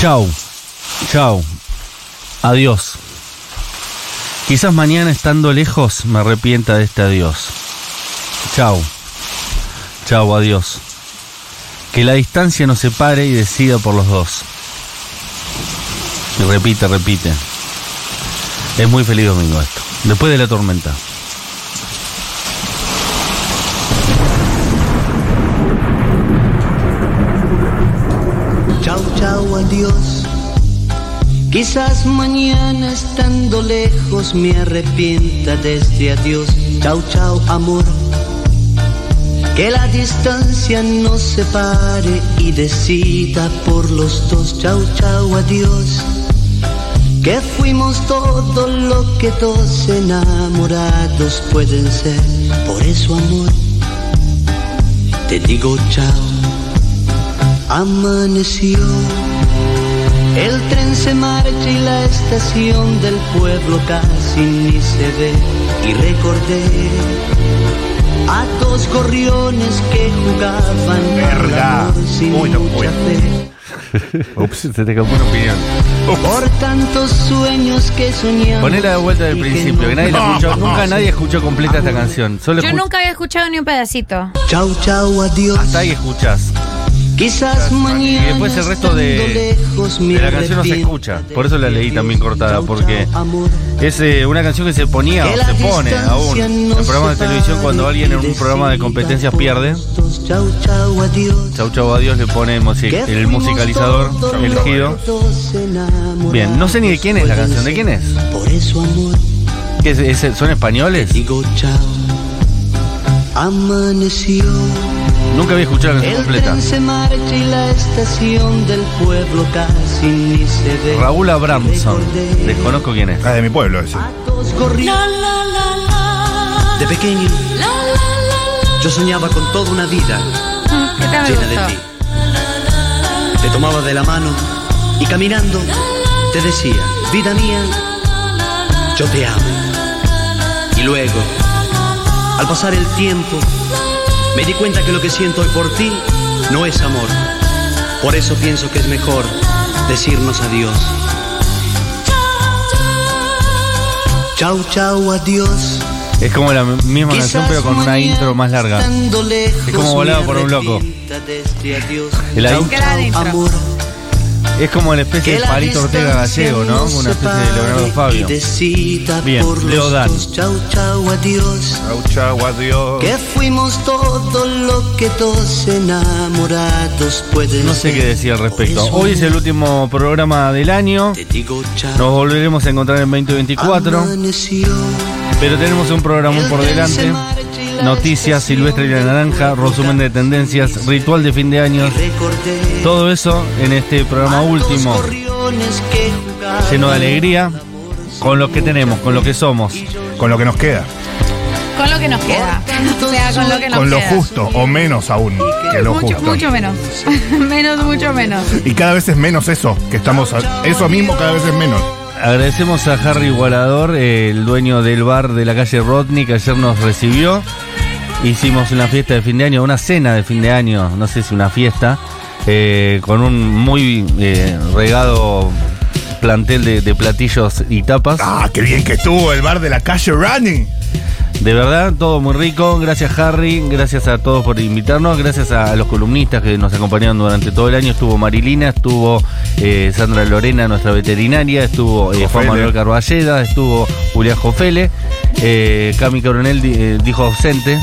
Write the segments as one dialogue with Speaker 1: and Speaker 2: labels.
Speaker 1: Chau. Chau. Adiós. Quizás mañana estando lejos me arrepienta de este adiós. Chau. Chau, adiós. Que la distancia nos separe y decida por los dos. Y repite, repite. Es muy feliz domingo esto. Después de la tormenta.
Speaker 2: Chau, chau, adiós. Quizás mañana estando lejos me arrepienta de este adiós. Chau, chau, amor. Que la distancia nos separe y decida por los dos. Chau, chau, adiós. Que fuimos todo lo que dos enamorados pueden ser. Por eso, amor, te digo chao. Amaneció. El tren se marcha y la estación del pueblo casi ni se ve. Y recordé a dos gorriones que jugaban al
Speaker 3: Verga.
Speaker 2: amor sin
Speaker 3: Uy, no
Speaker 2: mucha
Speaker 3: puedo.
Speaker 2: fe.
Speaker 1: Ups, se te escapó una opinión.
Speaker 2: Por tantos sueños que soñamos.
Speaker 1: Ponela de vuelta del
Speaker 2: y que
Speaker 1: principio,
Speaker 2: no
Speaker 1: que nadie la
Speaker 3: No,
Speaker 1: escuchó.
Speaker 3: no,
Speaker 1: Nunca
Speaker 3: sí.
Speaker 1: nadie escuchó completa esta canción. Solo
Speaker 4: Yo
Speaker 1: escu-
Speaker 4: nunca había escuchado ni un pedacito.
Speaker 2: Chau, chau, adiós.
Speaker 1: Hasta ahí escuchas.
Speaker 2: Quizás mañana.
Speaker 1: Ah, Y después el resto de-
Speaker 2: estando lejos, me
Speaker 1: de la canción no se escucha.
Speaker 2: arrepienta de
Speaker 1: Por eso la leí
Speaker 2: este
Speaker 1: también
Speaker 2: adiós.
Speaker 1: cortada,
Speaker 2: Chau,
Speaker 1: porque
Speaker 2: chau, amor.
Speaker 1: Es eh, una canción que se ponía
Speaker 2: Que
Speaker 1: o
Speaker 2: la
Speaker 1: se pone aún
Speaker 2: distancia
Speaker 1: en
Speaker 2: nos
Speaker 1: programas de televisión
Speaker 2: separe
Speaker 1: cuando alguien en
Speaker 2: y
Speaker 1: un programa de
Speaker 2: decida
Speaker 1: competencias
Speaker 2: por
Speaker 1: pierde.
Speaker 2: los dos. Chau, chau, adiós.
Speaker 1: Chau chau adiós le pone musi-
Speaker 2: Que
Speaker 1: el
Speaker 2: fuimos
Speaker 1: musicalizador
Speaker 2: todos
Speaker 1: elegido.
Speaker 2: los enamorados
Speaker 1: Bien, no sé ni de quién es la canción, ¿de quién es?
Speaker 2: Por eso, amor,
Speaker 1: ¿Qué es- es- ¿Son españoles?
Speaker 2: digo chao. Amaneció.
Speaker 1: Nunca había escuchado la
Speaker 2: El
Speaker 1: canción completa.
Speaker 2: tren se marcha y la estación del pueblo casi ni se ve.
Speaker 1: Raúl Abramson. Desconozco quién es.
Speaker 3: Ah, de mi pueblo ese.
Speaker 2: Patos corriendo. De pequeño, yo soñaba con toda una vida
Speaker 4: Mm, Esta me
Speaker 2: llena de ti.
Speaker 4: gustó.
Speaker 2: Te tomaba de la mano y caminando te decía, vida mía, yo te amo. Y luego, al pasar el tiempo, me di cuenta que lo que siento hoy por ti no es amor. Por eso pienso que es mejor decirnos adiós. Chau, chau, adiós.
Speaker 1: Es como la m- misma canción pero con una intro más larga.
Speaker 2: Es
Speaker 1: como volado por un loco.
Speaker 2: este
Speaker 1: El ahí-
Speaker 4: Que la intro.
Speaker 2: amor,
Speaker 1: Es como la
Speaker 2: que
Speaker 1: especie
Speaker 2: la
Speaker 1: de Palito Ortega
Speaker 2: distancia
Speaker 1: gallego, ¿no?
Speaker 2: nos
Speaker 1: Una especie de Leonardo
Speaker 2: separe
Speaker 1: Fabio.
Speaker 2: y decida
Speaker 1: Bien,
Speaker 2: por los
Speaker 1: Leo Dan.
Speaker 2: dos. Chau, chau, adiós.
Speaker 3: Chau, chau, adiós.
Speaker 2: Que fuimos todo lo que dos enamorados pueden
Speaker 1: No sé
Speaker 2: ser.
Speaker 1: qué decir al respecto.
Speaker 2: Por eso
Speaker 1: Hoy es el último programa del año.
Speaker 2: Te digo chau.
Speaker 1: Nos volveremos a encontrar en 2024.
Speaker 2: Amaneció.
Speaker 1: Pero tenemos un programa por delante. Noticias, Silvestre y la Naranja, resumen de tendencias, ritual de fin de año.
Speaker 2: Recordé
Speaker 1: Todo eso en este programa
Speaker 2: tantos
Speaker 1: último,
Speaker 2: gorriones que jugaban
Speaker 1: lleno de alegría, con lo que tenemos, con lo que somos.
Speaker 3: Con lo que nos queda.
Speaker 4: Con lo que nos queda. O sea, con lo que nos
Speaker 3: Con lo
Speaker 4: queda.
Speaker 3: justo, o menos aún que lo
Speaker 4: mucho,
Speaker 3: justo.
Speaker 4: mucho menos. menos, mucho menos.
Speaker 3: Y cada vez es menos eso, que estamos. a- Eso mismo cada vez es menos.
Speaker 1: Agradecemos a Harry Igualador, eh, el dueño del bar de la calle Rodney, que ayer nos recibió. Hicimos una fiesta de fin de año, una cena de fin de año, no sé si una fiesta, eh, con un muy eh, regado plantel de, de platillos y tapas.
Speaker 3: Ah, qué bien que estuvo el bar de la calle Running.
Speaker 1: De verdad, todo muy rico. Gracias Harry, gracias a todos por invitarnos, gracias a los columnistas que nos acompañaron durante todo el año. Estuvo Marilina, estuvo eh, Sandra Lorena, nuestra veterinaria, estuvo eh, Juan
Speaker 3: Jofele.
Speaker 1: Manuel Carballeda, estuvo Julián Jofele, eh, Cami Coronel di- eh, dijo ausente,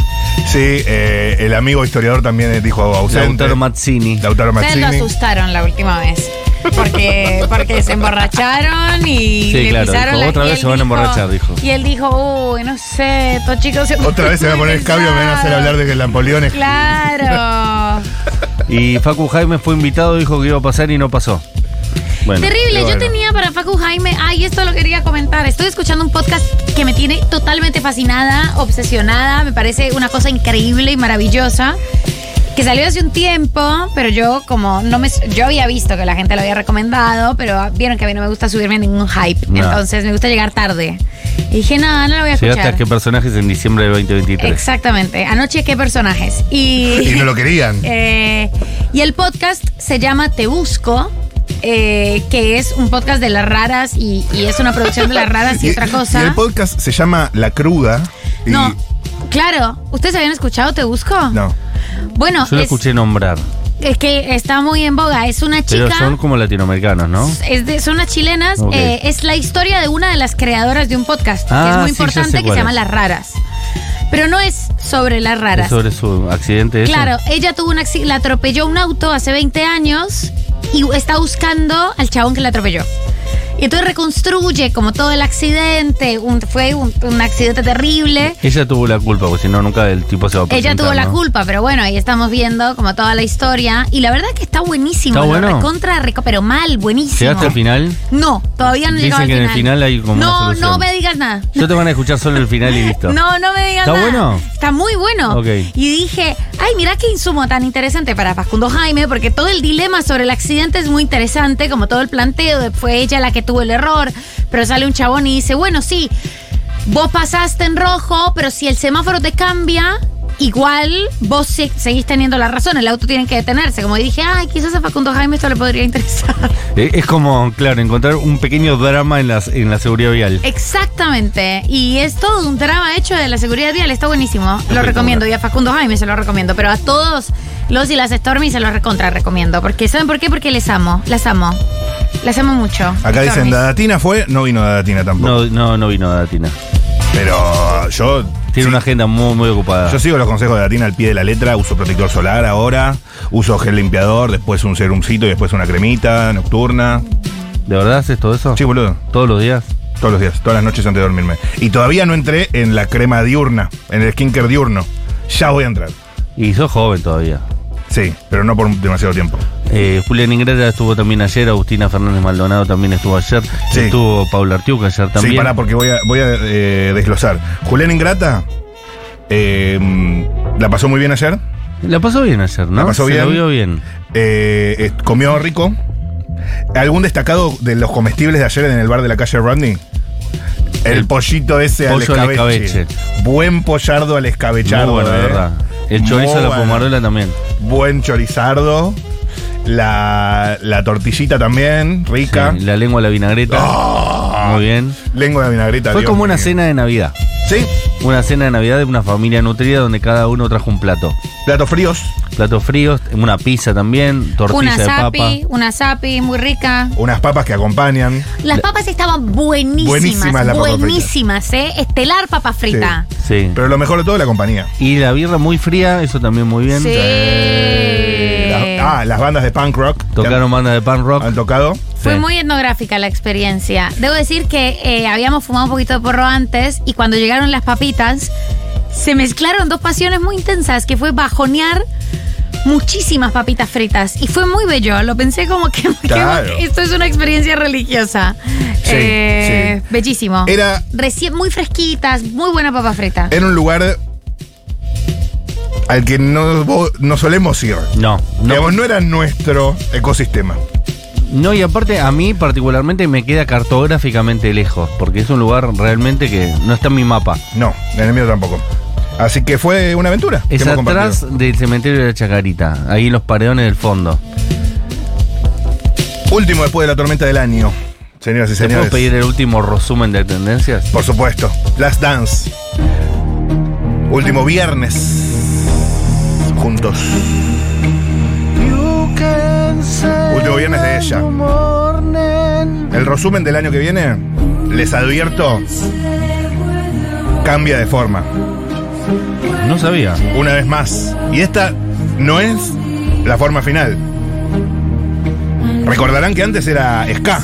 Speaker 3: Sí, eh, el amigo historiador también eh, dijo ausente.
Speaker 1: Lautaro Mazzini.
Speaker 3: Lautaro
Speaker 4: Ustedes lo
Speaker 3: Mazzini.
Speaker 4: asustaron la última vez. Porque, porque se emborracharon y
Speaker 1: Sí,
Speaker 4: le
Speaker 1: claro,
Speaker 4: pisaron
Speaker 1: dijo,
Speaker 4: la-
Speaker 1: "Otra
Speaker 4: y
Speaker 1: vez
Speaker 4: él
Speaker 1: se van a emborrachar", dijo.
Speaker 4: Y él dijo, uy, no sé, estos chicos se
Speaker 3: Otra vez se va a poner escabio, me van a hacer hablar de Lampoleones.
Speaker 4: Claro.
Speaker 1: Y Facu Jaime fue invitado, dijo que iba a pasar y no pasó. Bueno,
Speaker 4: Terrible,
Speaker 3: bueno.
Speaker 4: yo tenía para Facu Jaime, ay, esto lo quería comentar. Estoy escuchando un podcast que me tiene totalmente fascinada, obsesionada, me parece una cosa increíble y maravillosa. Que salió hace un tiempo, pero yo como no me yo había visto que la gente lo había recomendado, pero vieron que a mí no me gusta subirme a ningún hype,
Speaker 1: No.
Speaker 4: entonces me gusta llegar tarde. Y dije, nada, no lo voy a
Speaker 1: llegaste a
Speaker 4: escuchar.
Speaker 1: qué personajes en diciembre de 2023.
Speaker 4: Exactamente. Anoche qué personajes.
Speaker 3: Y no lo querían.
Speaker 4: Eh, y el podcast se llama Te Busco. eh, que es un podcast de las raras y, y es una producción de las raras y, otra cosa.
Speaker 3: Y el podcast se llama La Cruda. y-
Speaker 4: No, claro. ¿Ustedes habían escuchado Te Busco?
Speaker 3: No.
Speaker 4: Bueno,
Speaker 1: Yo lo
Speaker 4: es,
Speaker 1: escuché nombrar,
Speaker 4: es que está muy en boga. Es una
Speaker 1: pero
Speaker 4: chica.
Speaker 1: son como latinoamericanos, ¿no?
Speaker 4: es de- son unas chilenas.
Speaker 1: Ok.
Speaker 4: eh, es la historia de una de las creadoras de un podcast. que es
Speaker 1: Ah,
Speaker 4: muy
Speaker 1: sí, ya sé
Speaker 4: importante, que
Speaker 1: cuál
Speaker 4: se llama
Speaker 1: es.
Speaker 4: Las Raras. Pero no es sobre las
Speaker 1: Es
Speaker 4: raras.
Speaker 1: sobre su accidente. ese.
Speaker 4: Claro, ella tuvo un acci- la atropelló un auto hace 20 años y está buscando al chabón que la atropelló. Y entonces reconstruye como todo el accidente, un- fue un, un accidente terrible.
Speaker 1: Ella tuvo la culpa, porque si no, nunca el tipo se va a
Speaker 4: Ella
Speaker 1: presentar,
Speaker 4: tuvo la
Speaker 1: ¿no?
Speaker 4: culpa, pero bueno, ahí estamos viendo como toda la historia. Y la verdad que está buenísimo.
Speaker 1: Está
Speaker 4: lo
Speaker 1: bueno.
Speaker 4: recontra reco- pero mal, buenísimo.
Speaker 1: ¿Llegaste al final?
Speaker 4: No, todavía no he
Speaker 1: Dicen
Speaker 4: llegado al
Speaker 1: que en
Speaker 4: final.
Speaker 1: el final hay como una
Speaker 4: No,
Speaker 1: solución.
Speaker 4: no me digas nada.
Speaker 1: Yo te van a escuchar solo el final y listo.
Speaker 4: No, no me digas
Speaker 1: ¿Está
Speaker 4: nada.
Speaker 1: bueno?
Speaker 4: Está muy bueno.
Speaker 1: Ok.
Speaker 4: Y dije, ay, mira qué insumo tan interesante para Facundo Jaime, porque todo el dilema sobre el accidente es muy interesante, como todo el planteo de fue ella la que tuvo el error, pero sale un chabón y dice, bueno, sí, vos pasaste en rojo, pero si el semáforo te cambia... Igual vos se- seguís teniendo la razón, el auto tiene que detenerse. Como dije, ay, quizás a Facundo Jaime esto le podría interesar.
Speaker 1: Eh, Es como, claro, encontrar un pequeño drama en la, en la seguridad vial.
Speaker 4: Eh. Exactamente. Y es todo un drama hecho de la seguridad vial. Está buenísimo. Lo
Speaker 1: Espectacular.
Speaker 4: recomiendo. Y a Facundo Jaime se lo recomiendo. Pero a todos los y las Stormy se los recontra recomiendo. Porque, ¿saben por qué? Porque les amo. Las amo. Las amo mucho.
Speaker 3: Acá dicen,
Speaker 4: Stormies.
Speaker 3: Dadatina fue, no vino Dadatina tampoco.
Speaker 1: No, no, no vino Datina.
Speaker 3: Pero yo.
Speaker 1: Tiene
Speaker 3: sí,
Speaker 1: una agenda muy, muy ocupada.
Speaker 3: Yo sigo los consejos de Dadatina al pie de la letra, uso protector solar ahora, uso gel limpiador, después un serumcito y después una cremita nocturna.
Speaker 1: ¿De verdad haces todo eso?
Speaker 3: Sí, boludo.
Speaker 1: ¿Todos los días?
Speaker 3: Todos los días, todas las noches antes de dormirme. Y todavía no entré en la crema diurna, en el skincare diurno. Ya voy a entrar.
Speaker 1: Y sos joven todavía.
Speaker 3: Sí, pero no por demasiado tiempo.
Speaker 1: Eh, Julián Ingrata estuvo también ayer, Agustina Fernández Maldonado también estuvo ayer,
Speaker 3: Sí.
Speaker 1: estuvo Paula Artiuk ayer también.
Speaker 3: Sí, pará, porque voy a, voy a eh, desglosar. Julián Ingrata eh, la pasó muy bien ayer.
Speaker 1: La pasó bien ayer, ¿no?
Speaker 3: La pasó
Speaker 1: Se
Speaker 3: bien.
Speaker 1: lo vio bien.
Speaker 3: Eh, eh, comió rico. ¿Algún destacado de los comestibles de ayer en el bar de la calle Rodney? El,
Speaker 1: El
Speaker 3: pollito ese al
Speaker 1: pollo al
Speaker 3: escabeche.
Speaker 1: escabeche.
Speaker 3: Buen pollardo al escabechado.
Speaker 1: Muy bueno, de verdad. El chorizo a la pomarola también.
Speaker 3: Buen chorizardo. La, la tortillita también, rica. ¡Ah!
Speaker 1: Sí, la lengua a la vinagreta. Muy bien.
Speaker 3: Lengua de vinagreta.
Speaker 1: Ah, Fue
Speaker 3: Dios
Speaker 1: como una
Speaker 3: mío.
Speaker 1: cena de Navidad.
Speaker 3: Sí,
Speaker 1: Una cena de Navidad de una familia nutrida donde cada uno trajo un plato.
Speaker 3: platos fríos.
Speaker 1: Platos fríos, una pizza también, tortilla
Speaker 4: Una
Speaker 1: de papa.
Speaker 4: zapi, una zapi muy rica.
Speaker 3: Unas papas que acompañan.
Speaker 4: Las papas estaban buenísimas.
Speaker 3: Buenísimas las papas fritas.
Speaker 4: buenísimas, ¿eh? Estelar papa frita.
Speaker 1: Sí.
Speaker 3: Pero lo mejor de todo, la compañía.
Speaker 1: Y la birra muy fría, eso también muy bien.
Speaker 4: Sí. Eh.
Speaker 3: Las- ah, las bandas de punk rock. que
Speaker 1: Tocaron bandas de pan rock.
Speaker 3: han, han tocado.
Speaker 4: Fue
Speaker 1: Sí.
Speaker 4: muy etnográfica la experiencia. Debo decir que eh, habíamos fumado un poquito de porro antes y cuando llegaron las papitas se mezclaron dos pasiones muy intensas que fue bajonear muchísimas papitas fritas y fue muy bello. Lo pensé como que, que
Speaker 3: Claro.
Speaker 4: esto es una experiencia religiosa.
Speaker 3: Sí,
Speaker 4: Eh,
Speaker 3: sí.
Speaker 4: Bellísimo.
Speaker 3: Era- Eh,
Speaker 4: Recién muy fresquitas, muy buena papa frita.
Speaker 3: Era un lugar al que no, vo- no solemos ir.
Speaker 1: No, no.
Speaker 3: Digamos, no era nuestro ecosistema.
Speaker 1: No, y aparte a mí particularmente me queda cartográficamente lejos, porque es un lugar realmente que no está en mi mapa.
Speaker 3: No, en el mío tampoco. Así que fue una aventura. que
Speaker 1: Es
Speaker 3: hemos compartido.
Speaker 1: atrás del cementerio de la Chacarita, ahí en los paredones del fondo.
Speaker 3: Último después de la tormenta del año, señoras y
Speaker 1: ¿Te puedo
Speaker 3: señores.
Speaker 1: pedir el último resumen de tendencias?
Speaker 3: Por supuesto, Last Dance. Último viernes. Juntos. Último viernes de ella. El resumen del año que viene, les advierto, cambia de forma.
Speaker 1: No sabía.
Speaker 3: Una vez más. Y esta no es la forma final. Recordarán que antes era Ska,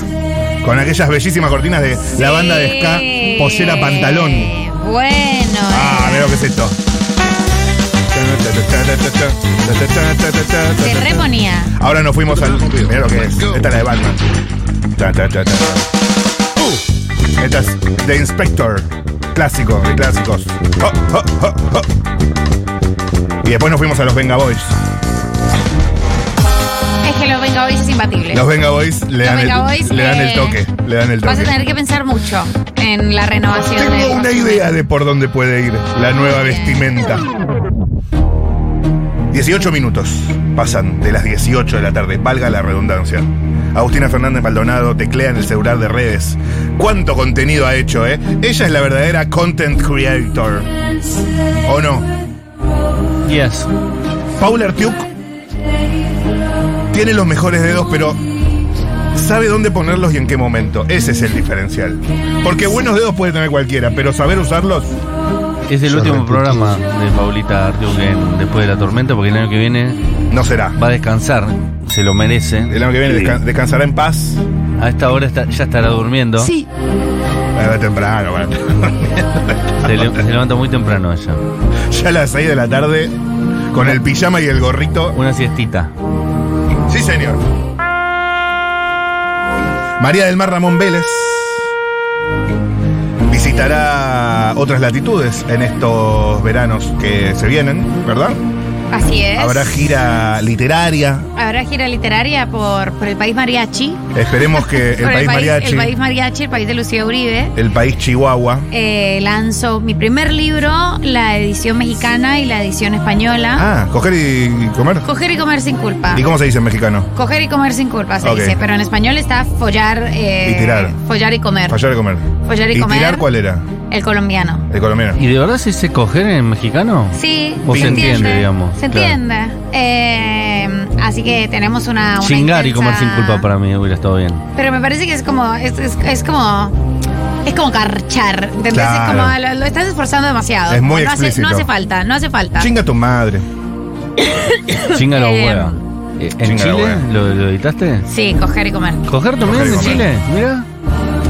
Speaker 3: con aquellas bellísimas cortinas de la banda de Ska,
Speaker 4: Sí.
Speaker 3: pollera pantalón.
Speaker 4: Bueno.
Speaker 3: Ah, mira lo que es esto.
Speaker 4: eh, se reponía.
Speaker 3: Ahora nos fuimos al. Mira lo que es. Esta es la de Batman. Ta, ta, ta, ta. Uh, Esta es The Inspector. Clásico de clásicos. Oh, Ho, ho, ho, ho. oh. Y después nos fuimos a los Venga Boys.
Speaker 4: Es que los Venga Boys es imbatible.
Speaker 3: Los Venga Boys le
Speaker 4: Los
Speaker 3: dan,
Speaker 4: Venga
Speaker 3: el,
Speaker 4: Boys,
Speaker 3: le dan el
Speaker 4: eh,
Speaker 3: toque. Le dan el
Speaker 4: Vas a
Speaker 3: toque.
Speaker 4: tener que pensar mucho en la renovación de.
Speaker 3: Tengo una idea de por dónde puede ir la nueva vestimenta. 18 minutos pasan de las 18 de la tarde, valga la redundancia. Agustina Fernández Maldonado teclea en el celular de redes. ¿Cuánto contenido ha hecho, eh? Ella es la verdadera content creator. ¿O no?
Speaker 1: Yes.
Speaker 3: Paula Artiuk tiene los mejores dedos, pero sabe dónde ponerlos y en qué momento. Ese es el diferencial. Porque buenos dedos puede tener cualquiera, pero saber usarlos.
Speaker 1: Es el
Speaker 3: Yo
Speaker 1: último
Speaker 3: repito.
Speaker 1: programa de Paulita Artiuk en después de la tormenta, porque el año que viene
Speaker 3: No será.
Speaker 1: va a descansar. Se lo merece.
Speaker 3: El año que viene
Speaker 5: Sí.
Speaker 3: desca- descansará en paz.
Speaker 1: A esta hora está- ya estará durmiendo.
Speaker 4: Sí.
Speaker 3: Ah, va temprano, va.
Speaker 1: Se, le- se levanta muy temprano ella.
Speaker 3: Ya a las 6 de la tarde, con el pijama y el gorrito.
Speaker 1: Una siestita.
Speaker 3: Sí, señor. María del Mar Ramón Vélez visitará otras latitudes en estos veranos que se vienen, ¿verdad?
Speaker 4: Así es.
Speaker 3: Habrá gira literaria.
Speaker 4: Habrá gira literaria por, por el país mariachi.
Speaker 3: Esperemos que el
Speaker 4: por
Speaker 3: país mariachi,
Speaker 4: El país mariachi, el país de Lucía Uribe.
Speaker 3: el país chihuahua.
Speaker 4: Eh, lanzo mi primer libro, la edición mexicana y la edición española.
Speaker 3: Ah, coger y comer.
Speaker 4: Coger y comer sin culpa.
Speaker 3: ¿Y cómo se dice en mexicano?
Speaker 4: Coger y comer sin culpa se
Speaker 3: Ok.
Speaker 4: dice, pero en español está follar, eh,
Speaker 3: Y tirar.
Speaker 4: follar y comer.
Speaker 3: Fallar y comer.
Speaker 4: Fallar y comer.
Speaker 3: tirar cuál era?
Speaker 4: El colombiano.
Speaker 3: El colombiano.
Speaker 1: ¿Y de verdad se dice coger en mexicano?
Speaker 4: Sí,
Speaker 1: O se entiende, digamos,
Speaker 4: Se
Speaker 1: claro.
Speaker 4: entiende. Eh, así que tenemos una. una
Speaker 1: Chingar y comer
Speaker 4: intensa-
Speaker 1: sin culpa para mí hubiera estado bien.
Speaker 4: Pero me parece que es como. Es, es- es como. Es como carchar. ¿Entendés?
Speaker 3: Claro.
Speaker 4: Es como. Lo, lo estás esforzando demasiado.
Speaker 3: Es muy
Speaker 4: no hace,
Speaker 3: explícito.
Speaker 4: no hace falta, no hace falta.
Speaker 3: Chinga tu madre.
Speaker 1: Chinga la
Speaker 4: Eh,
Speaker 1: hueva. Eh,
Speaker 3: chinga
Speaker 1: ¿En
Speaker 3: la
Speaker 1: Chile
Speaker 3: hueva.
Speaker 1: lo, lo editaste?
Speaker 4: Sí, coger y comer.
Speaker 1: ¿Coger también
Speaker 3: Coger y
Speaker 1: en
Speaker 3: comer.
Speaker 1: Chile? Mira.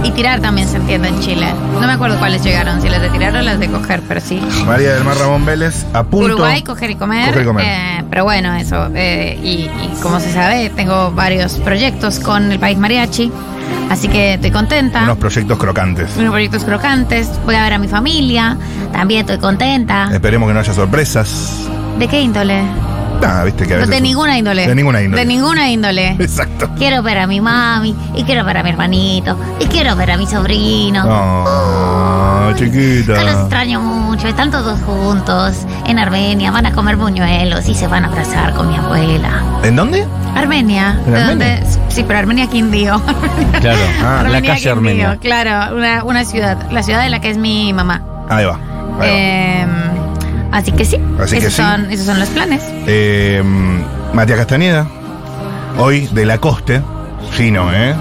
Speaker 4: Y tirar también se entiende en Chile. No me acuerdo cuáles llegaron, si las de tirar o las de coger, pero sí.
Speaker 3: María del Mar Ramón Vélez, a punto.
Speaker 4: Uruguay, coger y comer.
Speaker 3: Coger y comer.
Speaker 4: Eh, pero bueno, eso. eh, y, y como se sabe, tengo varios proyectos con el país mariachi. Así que estoy contenta.
Speaker 3: Unos proyectos crocantes.
Speaker 4: Unos proyectos crocantes. Voy a ver a mi familia. También estoy contenta.
Speaker 3: Esperemos que no haya sorpresas.
Speaker 4: ¿De qué índole?
Speaker 3: Nah, viste que a
Speaker 4: No,
Speaker 3: veces-
Speaker 4: de ninguna índole.
Speaker 3: De ninguna índole.
Speaker 4: De ninguna índole.
Speaker 3: Exacto.
Speaker 4: Quiero ver a mi mami, y quiero ver a mi hermanito, y quiero ver a mi sobrino.
Speaker 3: Oh,
Speaker 4: Yo los
Speaker 3: chiquita.
Speaker 4: extraño mucho, están todos juntos en Armenia, van a comer buñuelos y se van a abrazar con mi abuela.
Speaker 3: ¿En dónde?
Speaker 4: Armenia,
Speaker 3: ¿En
Speaker 4: ¿de
Speaker 3: Armenia?
Speaker 4: dónde? Sí, pero Armenia Quindío.
Speaker 1: Claro.
Speaker 3: Ah,
Speaker 1: la calle
Speaker 4: Quindío,
Speaker 1: Armenia.
Speaker 4: Claro, una, una ciudad, la ciudad de la que es mi mamá.
Speaker 3: Ahí va. ahí va.
Speaker 4: Eh, así que sí,
Speaker 3: Así que
Speaker 4: esos,
Speaker 3: sí.
Speaker 4: Son, esos son los planes.
Speaker 3: Eh, Matías Castañeda. Hoy de la coste. Chino, ¿eh?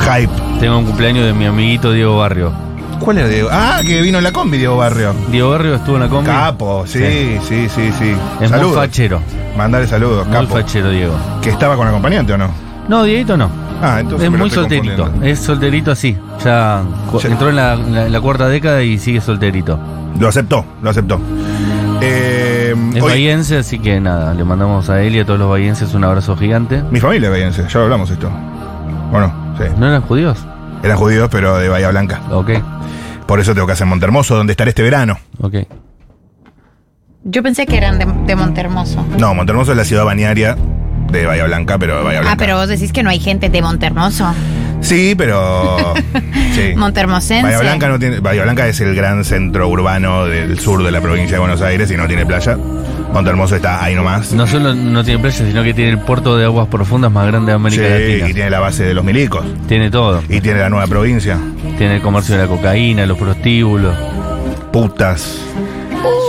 Speaker 3: Hype.
Speaker 1: Tengo un cumpleaños de mi amiguito Diego Barrio.
Speaker 3: ¿Cuál era Diego? Ah, que vino en la combi, Diego Barrio.
Speaker 1: Diego Barrio estuvo en la combi.
Speaker 3: Capo, sí, sí, sí, sí.
Speaker 1: Es muy
Speaker 3: Saludos.
Speaker 1: fachero.
Speaker 3: Mandale saludos,
Speaker 1: Muy
Speaker 3: capo.
Speaker 1: fachero, Diego.
Speaker 3: Que estaba con acompañante o no.
Speaker 1: No, Dieguito no.
Speaker 3: Ah, entonces.
Speaker 1: Es
Speaker 3: me lo
Speaker 1: muy
Speaker 3: estoy
Speaker 1: solterito.
Speaker 3: confundiendo.
Speaker 1: Es solterito así. Ya cu-
Speaker 3: Sí.
Speaker 1: entró en la, en la- en la cuarta década y sigue solterito.
Speaker 3: Lo aceptó, lo aceptó. Eh,
Speaker 1: Es
Speaker 3: hoy-
Speaker 1: bahiense, así que nada, le mandamos a él y a todos los bahienses un abrazo gigante.
Speaker 3: Mi familia es bahiense, ya lo hablamos esto. Bueno, sí.
Speaker 1: ¿No eran judíos?
Speaker 3: Eran judíos, pero de Bahía Blanca.
Speaker 1: Ok,
Speaker 3: Por eso tengo que hacer Montermoso, donde estaré este verano.
Speaker 1: ok.
Speaker 4: Yo pensé que eran de, de Montermoso.
Speaker 3: No, Montermoso es la ciudad balnearia de Bahía Blanca, pero de Bahía Blanca.
Speaker 4: Ah, pero vos decís que no hay gente de Montermoso.
Speaker 3: Sí, pero. sí.
Speaker 4: Montermosense.
Speaker 3: Bahía Blanca, no tiene, Bahía Blanca es el gran centro urbano del sur de la provincia de Buenos Aires y no tiene playa. Montermoso está ahí nomás.
Speaker 1: No solo no tiene playa, sino que tiene el puerto de aguas profundas más grande de
Speaker 3: Sí,
Speaker 1: América
Speaker 3: y
Speaker 1: Latina.
Speaker 3: tiene la base de los milicos.
Speaker 1: Tiene todo.
Speaker 3: Y tiene la nueva provincia.
Speaker 1: Tiene el comercio de la cocaína, los prostíbulos.
Speaker 3: Putas.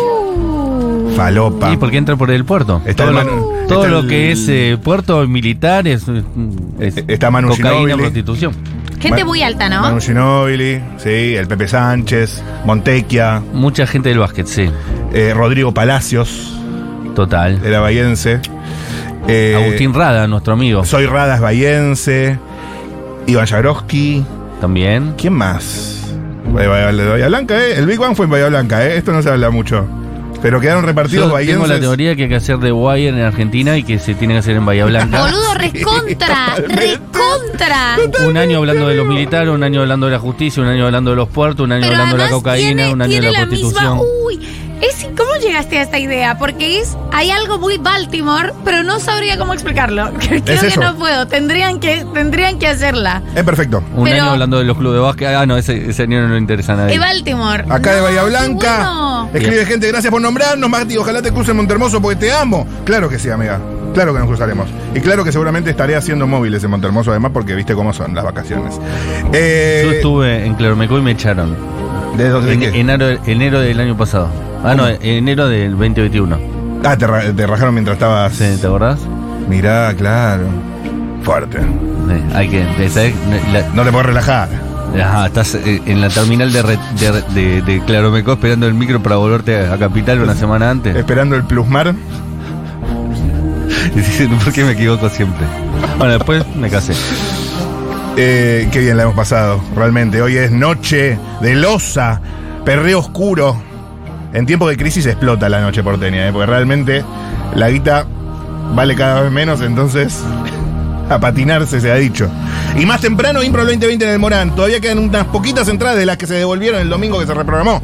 Speaker 4: Uh,
Speaker 3: Falopa.
Speaker 1: ¿Y por qué entra por el puerto?
Speaker 3: Está
Speaker 1: todo
Speaker 3: el
Speaker 1: lo,
Speaker 3: Manu-
Speaker 1: todo
Speaker 3: está
Speaker 1: lo
Speaker 3: el-
Speaker 1: que es eh, puerto militar es, eh, mm, es
Speaker 3: Está Manu
Speaker 1: cocaína,
Speaker 3: Ginóbili.
Speaker 1: prostitución.
Speaker 4: Gente
Speaker 3: Ma-
Speaker 4: muy alta, ¿no?
Speaker 3: Manu Ginóbili, sí, el Pepe Sánchez, Montequia,
Speaker 1: Mucha gente del básquet, sí.
Speaker 3: eh, Rodrigo Palacios,
Speaker 1: Total.
Speaker 3: era bahiense. eh,
Speaker 1: Agustín Rada, nuestro amigo,
Speaker 3: Soy Radas Bahiense, Iván Jagroski,
Speaker 1: también.
Speaker 3: ¿quién más? De Bahía, de Bahía Blanca, ¿eh? El Big One fue en Bahía Blanca, ¿eh? Esto no se habla mucho. Pero quedaron repartidos
Speaker 1: Yo
Speaker 3: bahienses.
Speaker 1: tengo la teoría que hay que hacer de wire en Argentina y que se tiene que hacer en Bahía Blanca.
Speaker 4: Boludo, recontra, recontra.
Speaker 1: un año hablando de los militares, un año hablando de la justicia, un año hablando de los puertos, un año
Speaker 4: Pero
Speaker 1: hablando de la
Speaker 4: además
Speaker 1: cocaína,
Speaker 4: tiene,
Speaker 1: un año
Speaker 4: tiene
Speaker 1: de la,
Speaker 4: la, misma.
Speaker 1: prostitución.
Speaker 4: Uy, es, ¿cómo llegaste a esta idea? Porque es hay algo muy Baltimore, pero no sabría cómo explicarlo. Creo que
Speaker 3: eso.
Speaker 4: no puedo. Tendrían que, tendrían que hacerla.
Speaker 3: Es Eh, perfecto.
Speaker 1: Un
Speaker 4: Pero-
Speaker 1: año hablando de los clubes de básquet. Ah, no, ese, ese año no le interesa a nadie.
Speaker 4: Es Baltimore.
Speaker 3: Acá de
Speaker 4: No,
Speaker 3: Bahía
Speaker 4: qué
Speaker 3: Blanca.
Speaker 4: bueno.
Speaker 3: Escribe
Speaker 1: Bien.
Speaker 3: gente, gracias por nombrarnos, Mati. Ojalá te cruce en Montermoso porque te amo. Claro que sí, amiga. Claro que nos cruzaremos. Y claro que seguramente estaré haciendo móviles en Montermoso, además, porque viste cómo son las vacaciones. Eh,
Speaker 1: Yo estuve en Clermecó y me echaron.
Speaker 3: ¿De dónde?
Speaker 1: En,
Speaker 3: de qué?
Speaker 1: enero, enero del año pasado. Ah, no, enero del 2021.
Speaker 3: Ah, te, ra- te rajaron mientras estabas.
Speaker 1: Sí, ¿Te acordás?
Speaker 3: Mirá, claro. Fuerte.
Speaker 1: Sí, hay que. ¿sabés? La-
Speaker 3: No te puedes relajar.
Speaker 1: Ajá, estás eh, en la terminal de, re- de, de- de Claromecó esperando el micro para volverte a Capital una semana antes.
Speaker 3: Esperando el plusmar.
Speaker 1: Y dices, ¿por qué me equivoco siempre? Bueno, después me casé.
Speaker 3: Eh, qué bien la hemos pasado, realmente. Hoy es noche de losa, perreo oscuro. En tiempo de crisis explota la noche porteña, ¿eh? porque realmente la guita vale cada vez menos, entonces a patinarse se ha dicho. Y más temprano, Impro 2020 en el Morán. Todavía quedan unas poquitas entradas de las que se devolvieron el domingo que se reprogramó.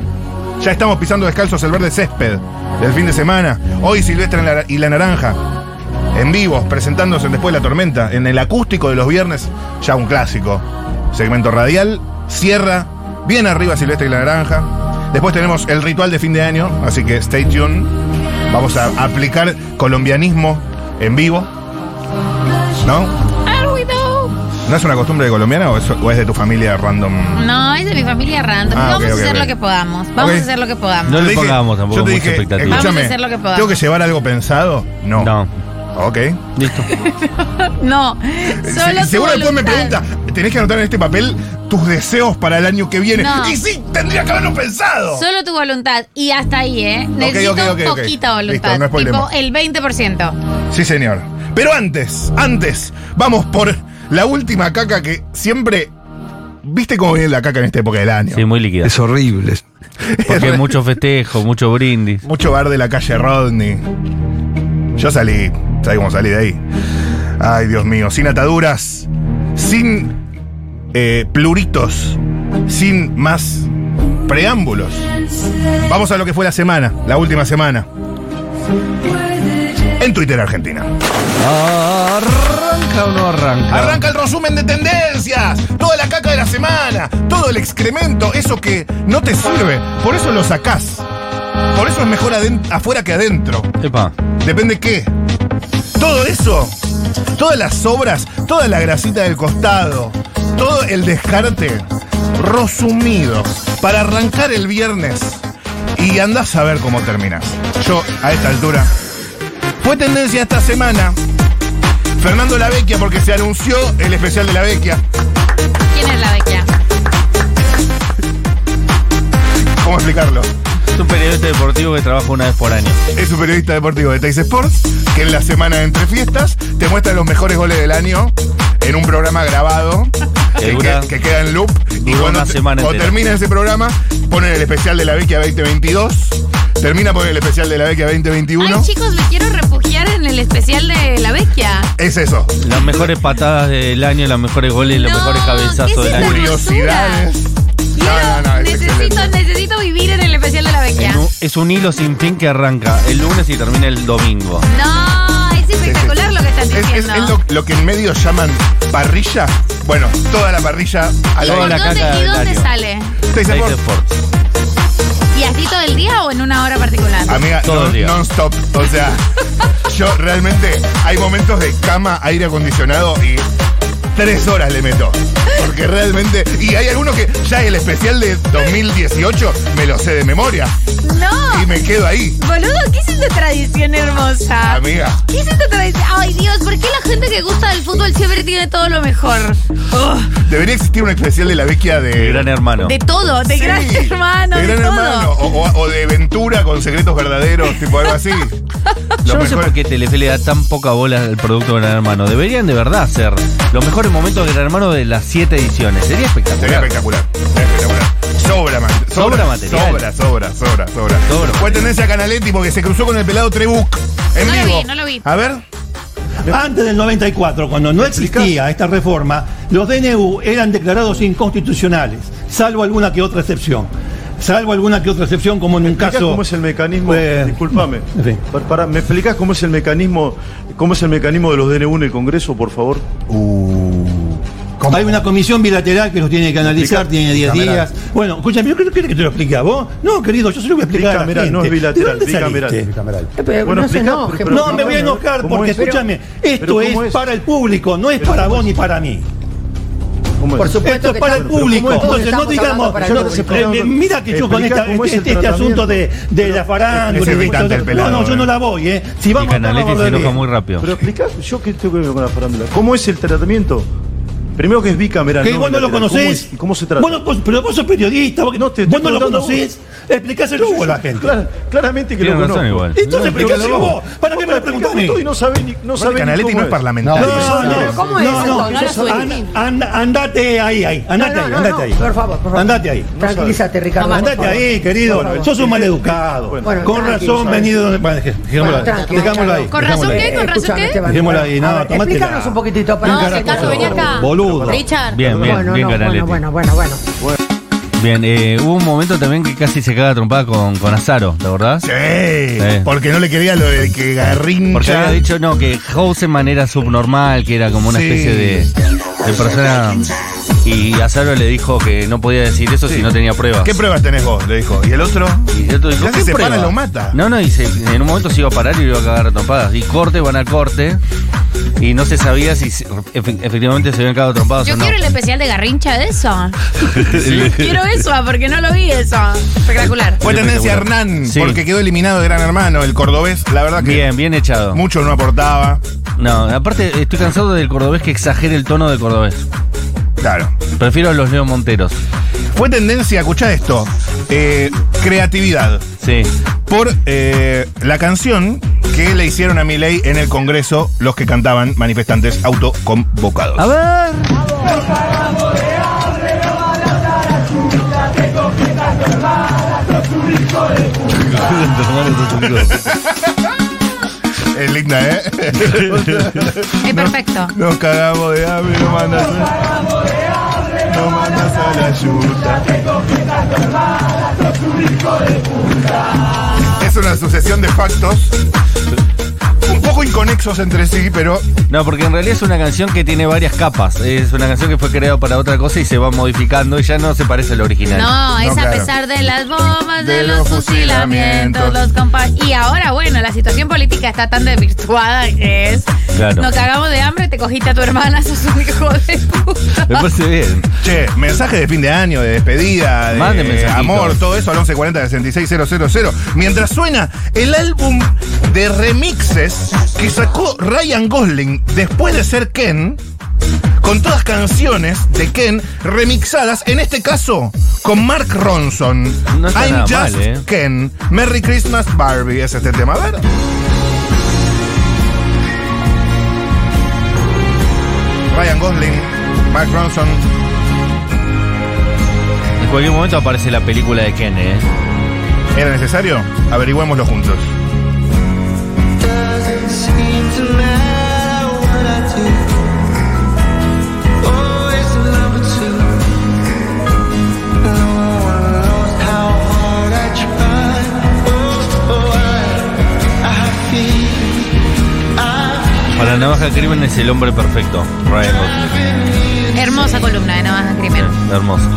Speaker 3: Ya estamos pisando descalzos el verde césped del fin de semana. Hoy Silvestre en la- y la Naranja. En vivo, presentándose en después de la tormenta, en el acústico de los viernes, ya un clásico. Segmento radial, cierra, bien arriba Silvestre y la Naranja. Después tenemos el ritual de fin de año, así que stay tuned. Vamos a aplicar colombianismo en vivo. ¿No?
Speaker 4: Ah, we know.
Speaker 3: ¿No es una costumbre de colombiana o es, o es de tu familia random?
Speaker 4: No, es de mi familia random.
Speaker 3: Ah,
Speaker 4: vamos
Speaker 3: ok,
Speaker 4: a
Speaker 3: ok,
Speaker 4: hacer
Speaker 3: ok.
Speaker 4: lo que podamos. Vamos
Speaker 3: Ok.
Speaker 4: a hacer lo que podamos.
Speaker 1: No
Speaker 3: Yo
Speaker 1: le
Speaker 3: te dije-
Speaker 1: pongamos tampoco
Speaker 3: yo te
Speaker 1: mucha
Speaker 3: dije,
Speaker 1: expectativa.
Speaker 3: Escúchame,
Speaker 4: Vamos a hacer lo que podamos.
Speaker 3: ¿Tengo que llevar algo pensado? No.
Speaker 1: No,
Speaker 3: Ok.
Speaker 1: listo.
Speaker 4: No, solo
Speaker 3: Se- seguro
Speaker 4: tu
Speaker 3: después me
Speaker 4: voluntad.
Speaker 3: pregunta, tenés que anotar en este papel tus deseos para el año que viene.
Speaker 4: No.
Speaker 3: Y sí, tendría que haberlo pensado.
Speaker 4: Solo tu voluntad. Y hasta ahí, ¿eh? Necesito
Speaker 3: ok, ok, ok.
Speaker 4: poquita
Speaker 3: Listo,
Speaker 4: voluntad.
Speaker 3: no
Speaker 4: tipo
Speaker 3: spoilemos.
Speaker 4: el 20%.
Speaker 3: Sí, señor. Pero antes, antes, vamos por la última caca que siempre... ¿Viste cómo viene la caca en esta época del año?
Speaker 1: Sí, muy líquida.
Speaker 5: Es horrible.
Speaker 1: Porque hay mucho festejo, mucho brindis.
Speaker 3: Mucho bar de la calle Rodney. Yo salí, ¿sabes cómo salí de ahí? Ay, Dios mío, sin ataduras, sin eh, pluritos, sin más preámbulos. Vamos a lo que fue la semana, la última semana. En Twitter Argentina.
Speaker 1: ¿Arranca o no arranca?
Speaker 3: Arranca el resumen de tendencias, toda la caca de la semana, todo el excremento, eso que no te sirve. Por eso lo sacás. Por eso es mejor aden- afuera que adentro.
Speaker 1: Epa.
Speaker 3: Depende qué. Todo eso, todas las obras, toda la grasita del costado, todo el descarte resumido para arrancar el viernes y andás a ver cómo terminas. Yo a esta altura fue tendencia esta semana Fernando La Vecchia porque se anunció el especial de La Vecchia.
Speaker 4: ¿Quién es la bequia?
Speaker 3: ¿Cómo explicarlo?
Speaker 1: Es un periodista deportivo que trabaja una vez por año.
Speaker 3: Es un periodista deportivo de Teis Sports que en la semana de entre fiestas te muestra los mejores goles del año en un programa grabado
Speaker 1: Que
Speaker 3: que,
Speaker 1: dura-
Speaker 3: que- que queda en loop. Y
Speaker 1: dura
Speaker 3: cuando,
Speaker 1: una
Speaker 3: te-
Speaker 1: semana
Speaker 3: cuando
Speaker 1: entera.
Speaker 3: termina ese programa, ponen el especial de la Vecchia 2022. Termina por el especial de la Vecchia
Speaker 4: Ay,
Speaker 3: 2021.
Speaker 4: chicos, me quiero refugiar en el especial de la bequia.
Speaker 3: Es eso.
Speaker 1: Las mejores patadas del año, los mejores goles, los
Speaker 4: No,
Speaker 1: mejores
Speaker 4: ¿qué
Speaker 1: cabezazos
Speaker 4: es
Speaker 1: del
Speaker 4: esa
Speaker 1: año.
Speaker 3: Curiosidades. No, no, no, es
Speaker 4: necesito,
Speaker 3: excelente.
Speaker 4: necesito vivir en el especial de la bequia.
Speaker 1: En un- es un hilo sin fin que arranca el lunes y termina el domingo.
Speaker 4: No, es espectacular lo que estás
Speaker 3: Es, es-
Speaker 4: diciendo.
Speaker 3: es lo, lo que en medio llaman parrilla. Bueno, toda la parrilla a la
Speaker 1: Toda
Speaker 4: ¿Y
Speaker 1: la
Speaker 4: dónde,
Speaker 1: caca
Speaker 4: y dónde
Speaker 1: de Dario.
Speaker 4: sale?
Speaker 3: Teis
Speaker 1: Teis
Speaker 3: Sports.
Speaker 1: Sports.
Speaker 4: ¿Y así todo el día o en una hora particular?
Speaker 3: Amiga,
Speaker 1: Todo el día.
Speaker 3: non, stop O sea, yo realmente hay momentos de cama, aire acondicionado y tres horas le meto. Porque realmente. Y hay algunos que ya el especial de 2018 me lo sé de memoria.
Speaker 4: No,
Speaker 3: Y me quedo ahí,
Speaker 4: boludo, ¿qué es esta tradición hermosa?
Speaker 3: amiga.
Speaker 4: ¿Qué es esta tradición? Ay, Dios, ¿por qué la gente que gusta del fútbol siempre tiene todo lo mejor? Ugh,
Speaker 3: Debería existir un especial de la vecchia
Speaker 1: El
Speaker 3: de.
Speaker 1: gran hermano.
Speaker 4: de todo, de
Speaker 3: Sí,
Speaker 4: gran hermano, de,
Speaker 3: de gran
Speaker 4: todo.
Speaker 3: hermano. O, o- o de Ventura con secretos verdaderos, tipo algo así.
Speaker 1: Yo
Speaker 3: Lo
Speaker 1: no sé
Speaker 3: mejor-
Speaker 1: por qué Telefe le da tan poca bola al producto Gran Hermano. Deberían de verdad ser los mejores momentos de Gran Hermano de las siete ediciones.
Speaker 3: Sería
Speaker 1: Sería espectacular.
Speaker 3: espectacular. Sería espectacular. Sobra, man-
Speaker 1: Sobra material.
Speaker 3: Sobra, sobra, sobra, sobra.
Speaker 1: Sobra
Speaker 3: Fue
Speaker 1: material.
Speaker 3: tendencia a Canaletti porque se cruzó con el pelado Trebuc. En
Speaker 4: No lo
Speaker 3: vivo.
Speaker 4: vi, no lo vi.
Speaker 3: A ver.
Speaker 6: Antes del 94, cuando no existía esta reforma, los DNU eran declarados inconstitucionales, salvo alguna que otra excepción. Salvo alguna que otra excepción, como en un
Speaker 7: explicás
Speaker 6: caso.
Speaker 7: cómo es el mecanismo?
Speaker 6: eh,
Speaker 7: disculpame.
Speaker 6: en fin.
Speaker 7: Par- pará, ¿Me explicás cómo es el mecanismo, cómo es el mecanismo de los DNU en el Congreso, por favor?
Speaker 3: ¿Cómo?
Speaker 6: Hay una comisión bilateral que los tiene que analizar,
Speaker 3: Bica-
Speaker 6: tiene 10
Speaker 3: bicameral.
Speaker 6: días. Bueno, escúchame, ¿yo creo que te lo explique a vos? No, querido, yo se lo voy a explicar a la
Speaker 5: Bicameral,
Speaker 6: gente.
Speaker 5: no es bilateral,
Speaker 6: ¿De dónde
Speaker 5: bicameral.
Speaker 6: saliste?
Speaker 5: bicameral.
Speaker 7: pero no se
Speaker 5: explica,
Speaker 7: enoje,
Speaker 5: pero-
Speaker 7: por
Speaker 6: No, me voy a
Speaker 5: bueno,
Speaker 6: enojar
Speaker 5: ¿cómo
Speaker 6: porque,
Speaker 5: es?
Speaker 6: escúchame,
Speaker 5: Pero
Speaker 6: esto
Speaker 5: ¿cómo
Speaker 6: es, para el público, no es para vos ni para mí.
Speaker 5: ¿Cómo es?
Speaker 7: Por supuesto
Speaker 6: Esto es
Speaker 7: que
Speaker 6: para el
Speaker 7: estamos-
Speaker 6: público.
Speaker 7: pero ¿cómo
Speaker 6: Entonces, no
Speaker 7: estamos
Speaker 6: digamos.
Speaker 7: hablando para el
Speaker 6: yo-
Speaker 7: público?
Speaker 6: eh, eh, mira que yo con
Speaker 5: Explica
Speaker 6: esta-
Speaker 5: cómo es
Speaker 6: este,
Speaker 5: el
Speaker 6: este asunto de, de la
Speaker 3: Es
Speaker 6: farándula. y
Speaker 3: irritante
Speaker 6: todo-
Speaker 3: el
Speaker 6: no,
Speaker 3: pelado,
Speaker 6: no, yo
Speaker 3: eh.
Speaker 6: no la voy, ¿eh? Si
Speaker 1: Y
Speaker 6: vamos
Speaker 1: Canaletti
Speaker 6: vamos a
Speaker 1: se enoja
Speaker 6: hablar
Speaker 1: muy
Speaker 6: bien.
Speaker 1: rápido.
Speaker 5: Pero explica, yo qué tengo que ver con la farándula. ¿Cómo es el tratamiento? Primero que es bicameral.
Speaker 6: Que vos no lo
Speaker 5: bilateral. ¿Cómo
Speaker 6: conocés.
Speaker 5: es? ¿Y cómo se trata?
Speaker 6: Vos no- vos- pero vos sos periodista, vos,
Speaker 5: No, te
Speaker 6: vos
Speaker 5: estoy
Speaker 6: no lo
Speaker 5: preguntando a vos.
Speaker 6: conocés. Explicáselo vos a la gente.
Speaker 5: Clara- claramente que
Speaker 1: Tiene
Speaker 5: lo
Speaker 1: razón
Speaker 5: conozco.
Speaker 1: igual.
Speaker 6: Entonces, explícaselo
Speaker 5: pero
Speaker 6: vos. ¿Para qué me lo preguntás a mí?
Speaker 5: explicame todo Y no sabe ni, no sabe
Speaker 3: Bueno,
Speaker 5: ni
Speaker 3: Canaletti
Speaker 5: cómo
Speaker 3: no es parlamentario.
Speaker 7: No,
Speaker 6: No, no,
Speaker 7: Pero ¿cómo es
Speaker 6: no,
Speaker 7: eso?
Speaker 6: no,
Speaker 7: No la sueltes.
Speaker 6: an- an- andate ahí, ahí, andate
Speaker 7: No, no,
Speaker 6: ahí,
Speaker 7: no,
Speaker 6: andate
Speaker 7: no,
Speaker 6: ahí.
Speaker 7: por favor, por favor.
Speaker 6: Andate ahí.
Speaker 7: Tranquilízate, Ricardo. por
Speaker 6: Andate
Speaker 7: favor.
Speaker 6: ahí, querido.
Speaker 7: Por favor.
Speaker 6: Sos un maleducado.
Speaker 7: Bueno,
Speaker 6: con
Speaker 7: tranquilo,
Speaker 6: razón
Speaker 7: sabe.
Speaker 6: venido donde. bueno, dejé- Dejémoslo
Speaker 7: Bueno,
Speaker 6: ahí.
Speaker 7: tranquilo,
Speaker 6: Dejémoslo ahí.
Speaker 7: tranquilo.
Speaker 4: Con razón
Speaker 6: dejémoslo ahí.
Speaker 4: ¿Qué? ¿Con razón
Speaker 7: Escuchame,
Speaker 4: qué?
Speaker 7: Esteban.
Speaker 6: Dejémosla ahí, no,
Speaker 7: A ver,
Speaker 6: tómatela.
Speaker 7: Explícanos un poquitito. para-
Speaker 6: Un
Speaker 4: No,
Speaker 6: carajo,
Speaker 4: Ricardo, vení acá.
Speaker 6: Boludo.
Speaker 4: Richard.
Speaker 1: Bien, bien,
Speaker 7: Bueno,
Speaker 1: bien,
Speaker 7: no,
Speaker 1: Canaletti.
Speaker 7: bueno, bueno, bueno, bueno.
Speaker 1: Bien, eh, hubo un momento también que casi se caga trompada con, con Azaro, ¿la verdad?
Speaker 3: Sí,
Speaker 1: Sí.
Speaker 3: porque no le quería lo de que Garrincha.
Speaker 1: Porque había dicho, no, que Houseman era subnormal, que era como una
Speaker 3: Sí.
Speaker 1: especie de, de persona. Y Azaro le dijo que no podía decir eso si no tenía pruebas.
Speaker 3: ¿Qué pruebas tenés vos? Le dijo. ¿Y el otro?
Speaker 1: Y el otro dijo,
Speaker 3: Ya si
Speaker 1: ¿qué
Speaker 3: se para,
Speaker 1: pruebas?
Speaker 3: lo mata.
Speaker 1: No, no, y se- en un momento se iba a parar y lo iba a cagar a trompadas. Y corte, van a corte. Y no se sabía si se- efe- efectivamente se habían cagado a trompadas
Speaker 4: Yo
Speaker 1: o no.
Speaker 4: quiero el especial de Garrincha de eso. quiero eso, porque no lo vi eso. Espectacular.
Speaker 3: Fue tendencia a
Speaker 1: espectacular.
Speaker 3: Hernán,
Speaker 1: Sí.
Speaker 3: porque quedó eliminado de Gran Hermano, el cordobés. La verdad que
Speaker 1: Bien, bien echado.
Speaker 3: mucho no aportaba.
Speaker 1: No, aparte estoy cansado del cordobés que exagere el tono del cordobés.
Speaker 3: Claro.
Speaker 1: Prefiero a los Leo Monteros.
Speaker 3: Fue tendencia, escucha esto, eh, creatividad.
Speaker 1: Sí.
Speaker 3: Por eh, la canción que le hicieron a Milei en el Congreso los que cantaban manifestantes autoconvocados.
Speaker 1: A ver.
Speaker 3: Es linda, ¿eh?
Speaker 4: Es perfecto.
Speaker 3: Nos cagamos de hambre, nos mandas a, nos mandas a la yuta. Es una sucesión de factos. Un poco inconexos entre sí, pero
Speaker 1: No, porque en realidad es una canción que tiene varias capas. Es una canción que fue creada para otra cosa y se va modificando y ya no se parece al original.
Speaker 4: No, es a
Speaker 3: claro.
Speaker 4: pesar de las bombas, de,
Speaker 3: De
Speaker 4: los
Speaker 3: los
Speaker 4: fusilamientos,
Speaker 3: fusilamientos.
Speaker 4: los compas. Y ahora, bueno, la situación política está tan desvirtuada que es.
Speaker 1: Claro.
Speaker 4: Nos cagamos de hambre, te cogiste a tu hermana, sos un hijo de puta.
Speaker 1: Me parece bien.
Speaker 3: Che, mensaje de fin de año, de despedida, de
Speaker 1: Manden mensajitos.
Speaker 3: amor, todo eso al 1140 66000. Mientras suena el álbum de remixes que sacó Ryan Gosling después de ser Ken, con todas canciones de Ken remixadas, en este caso con Mark Ronson.
Speaker 1: No está
Speaker 3: I'm
Speaker 1: nada
Speaker 3: Just
Speaker 1: mal, ¿eh?
Speaker 3: Ken. Merry Christmas Barbie es este tema. A ver. Ryan Gosling, Mark Ronson.
Speaker 1: En cualquier momento aparece la película de Ken, ¿eh?
Speaker 3: ¿Era necesario? Averigüémoslo juntos.
Speaker 2: Oh,
Speaker 1: Para Navaja Crimen es el hombre perfecto. Ryan Gosling.
Speaker 4: Hermosa columna de Navaja Crimen.
Speaker 1: Sí, Hermoso.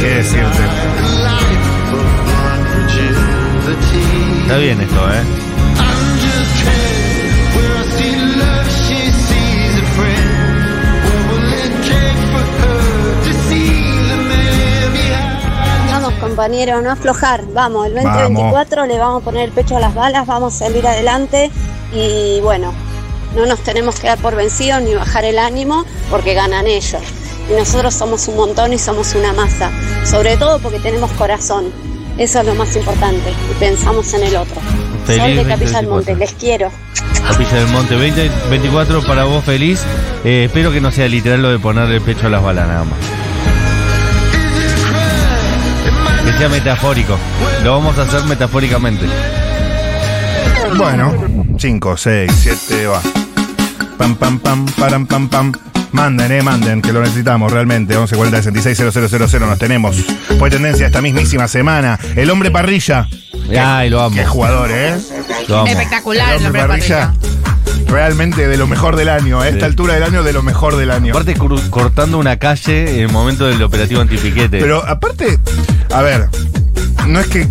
Speaker 3: ¿Qué decirte?
Speaker 1: Está bien esto, ¿eh?
Speaker 8: Vamos compañeros, no aflojar, vamos, el 2024 le vamos a poner el pecho a las balas, vamos a salir adelante y bueno, no nos tenemos que dar por vencidos ni bajar el ánimo porque ganan ellos. Y nosotros somos un montón y somos una masa, sobre todo porque tenemos corazón, eso es lo más importante y pensamos en el otro. Soy
Speaker 1: Feliz
Speaker 8: de Capilla del
Speaker 1: 2024.
Speaker 8: Monte, les quiero.
Speaker 1: Capilla del Monte 2024 para vos feliz. Eh, espero que no sea literal lo de poner el pecho a las balas nada más. Que sea metafórico. Lo vamos a hacer metafóricamente.
Speaker 3: Bueno, 5, 6, 7, va. Pam, pam, pam, param, pam, pam. Manden, eh, manden, que lo necesitamos realmente. 1140 66 000 nos tenemos. Fue tendencia esta mismísima semana. El hombre parrilla.
Speaker 1: Ay, lo amo.
Speaker 3: Qué jugador, ¿eh?
Speaker 1: Lo amo.
Speaker 9: Espectacular el hombre parrilla.
Speaker 3: Realmente de lo mejor del año. A esta
Speaker 1: Sí.
Speaker 3: altura del año, de lo mejor del año.
Speaker 1: Aparte cru- cortando una calle en el momento del operativo antipiquete.
Speaker 3: Pero aparte, a ver, no es que.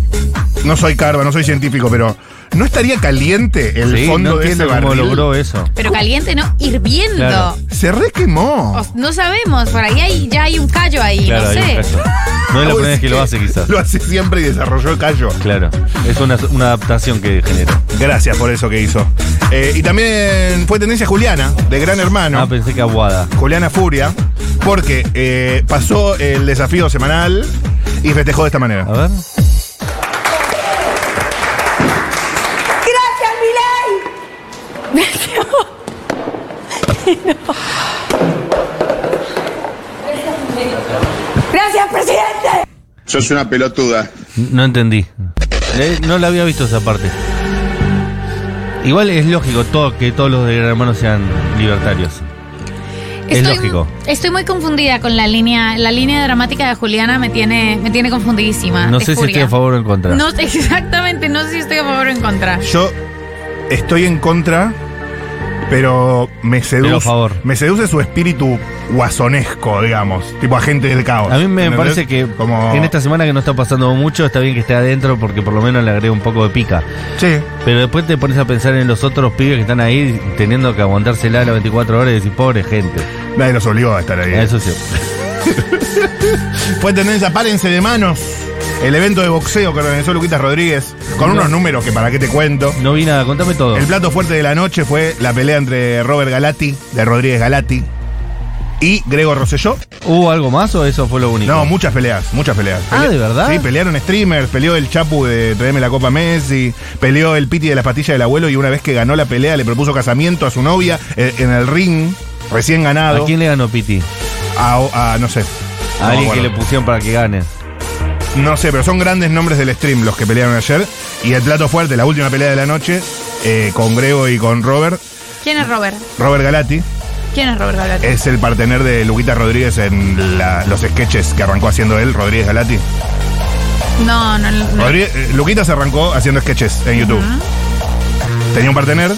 Speaker 3: No soy carva, no soy científico, pero. ¿No estaría caliente el
Speaker 1: Sí,
Speaker 3: fondo
Speaker 1: no
Speaker 3: de ese
Speaker 1: entiendo cómo
Speaker 3: barril?
Speaker 1: logró eso.
Speaker 4: Pero caliente, ¿no? Hirviendo.
Speaker 1: Claro.
Speaker 3: Se requemó.
Speaker 4: O- no sabemos, por ahí hay- ya hay un callo ahí,
Speaker 1: Claro,
Speaker 4: no
Speaker 1: hay un
Speaker 4: sé.
Speaker 1: caso. No es la primera vez que lo hace, quizás.
Speaker 3: Lo hace siempre y desarrolló el callo.
Speaker 1: Claro. Es una, una adaptación que genera.
Speaker 3: Gracias por eso que hizo. Eh, y también fue tendencia Juliana, de Gran Hermano,
Speaker 1: Ah, pensé que aguada.
Speaker 3: Juliana Furia, porque eh, pasó el desafío semanal y festejó de esta manera.
Speaker 1: A ver.
Speaker 10: Sos una pelotuda.
Speaker 1: No entendí. Eh, No la había visto esa parte. Igual es lógico todo, que todos los de Gran Hermano sean libertarios. Es lógico.
Speaker 4: Estoy muy confundida con la línea, la línea dramática de Juliana me tiene, me tiene confundidísima.
Speaker 1: No
Speaker 4: de
Speaker 1: sé si
Speaker 4: Ah, furia.
Speaker 1: estoy a favor o en contra.
Speaker 4: No, exactamente, no sé si estoy a favor o en contra.
Speaker 3: Yo estoy en contra, pero me seduce.
Speaker 1: Pero a favor.
Speaker 3: Me seduce su espíritu guasonesco, digamos. Tipo agente del caos.
Speaker 1: A mí me
Speaker 3: ¿entendés?
Speaker 1: parece que
Speaker 3: Como.
Speaker 1: en esta semana que no está pasando mucho, está bien que esté adentro porque por lo menos le agrega un poco de pica.
Speaker 3: Sí.
Speaker 1: Pero después te pones a pensar en los otros pibes que están ahí teniendo que aguantársela a las 24 horas y decir, pobre gente.
Speaker 3: Nadie los obligó a estar ahí. ¿eh?
Speaker 1: Eso sí.
Speaker 3: Fue tendencia, párense de manos. El evento de boxeo que organizó Luquitas Rodríguez, con
Speaker 1: No.
Speaker 3: unos números que para qué te cuento.
Speaker 1: No vi nada, contame todo.
Speaker 3: El plato fuerte de la noche fue la pelea entre Robert Galati, de Rodríguez Galati, y Gregor Rosselló.
Speaker 1: ¿Hubo algo más o eso fue lo único?
Speaker 3: No, muchas peleas, muchas peleas.
Speaker 1: Ah, ¿de verdad?
Speaker 3: Sí, pelearon streamers, peleó el Chapu de Traeme la Copa Messi, peleó el Piti de las pastillas del abuelo y una vez que ganó la pelea le propuso casamiento a su novia eh, en el ring, recién ganado.
Speaker 1: ¿A quién le ganó Piti?
Speaker 3: A, a- no sé. No
Speaker 1: A
Speaker 3: me
Speaker 1: alguien que
Speaker 3: acuerdo.
Speaker 1: le pusieron para que gane.
Speaker 3: No sé, pero son grandes nombres del stream los que pelearon ayer. Y el plato fuerte, la última pelea de la noche, eh, con Grego y con Robert.
Speaker 4: ¿Quién es Robert?
Speaker 3: Robert Galati
Speaker 4: ¿Quién es Robert Galati?
Speaker 3: es el partener de Luquita Rodríguez en la- los sketches que arrancó haciendo él, Rodríguez Galati.
Speaker 4: No, no, no.
Speaker 3: Rodríguez- eh, Luquita se arrancó haciendo sketches en YouTube. Tenía un partener,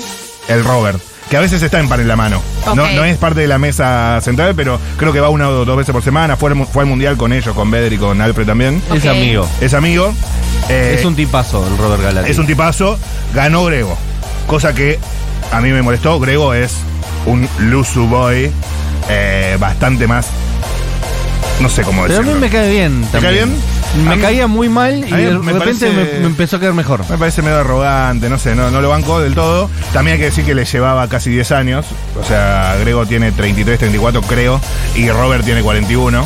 Speaker 3: el Robert, que a veces está en pan en la mano. No,
Speaker 4: Ok.
Speaker 3: no es parte de la mesa central, pero creo que va una o dos veces por semana. Fue, al mu- fue al mundial con ellos, con Bedri y con Alfred también.
Speaker 1: Es
Speaker 4: Ok.
Speaker 1: amigo.
Speaker 3: Es amigo. eh,
Speaker 1: es un tipazo el Robert Galati.
Speaker 3: Es un tipazo, ganó Grego. Cosa que a mí me molestó. Grego es un Luzu Boy eh, bastante más. No sé cómo
Speaker 1: Pero a
Speaker 3: decirlo.
Speaker 1: mí me cae bien
Speaker 3: ¿Te cae
Speaker 1: también.
Speaker 3: bien? A
Speaker 1: Me
Speaker 3: mí-
Speaker 1: caía muy mal y
Speaker 3: a mí
Speaker 1: de
Speaker 3: me
Speaker 1: repente
Speaker 3: parece-
Speaker 1: me, me empezó a caer mejor.
Speaker 3: Me parece medio arrogante, no sé, no, no lo banco del todo. También hay que decir que le llevaba casi 10 años. O sea, Grego tiene 33, 34, creo. Y Robert tiene 41.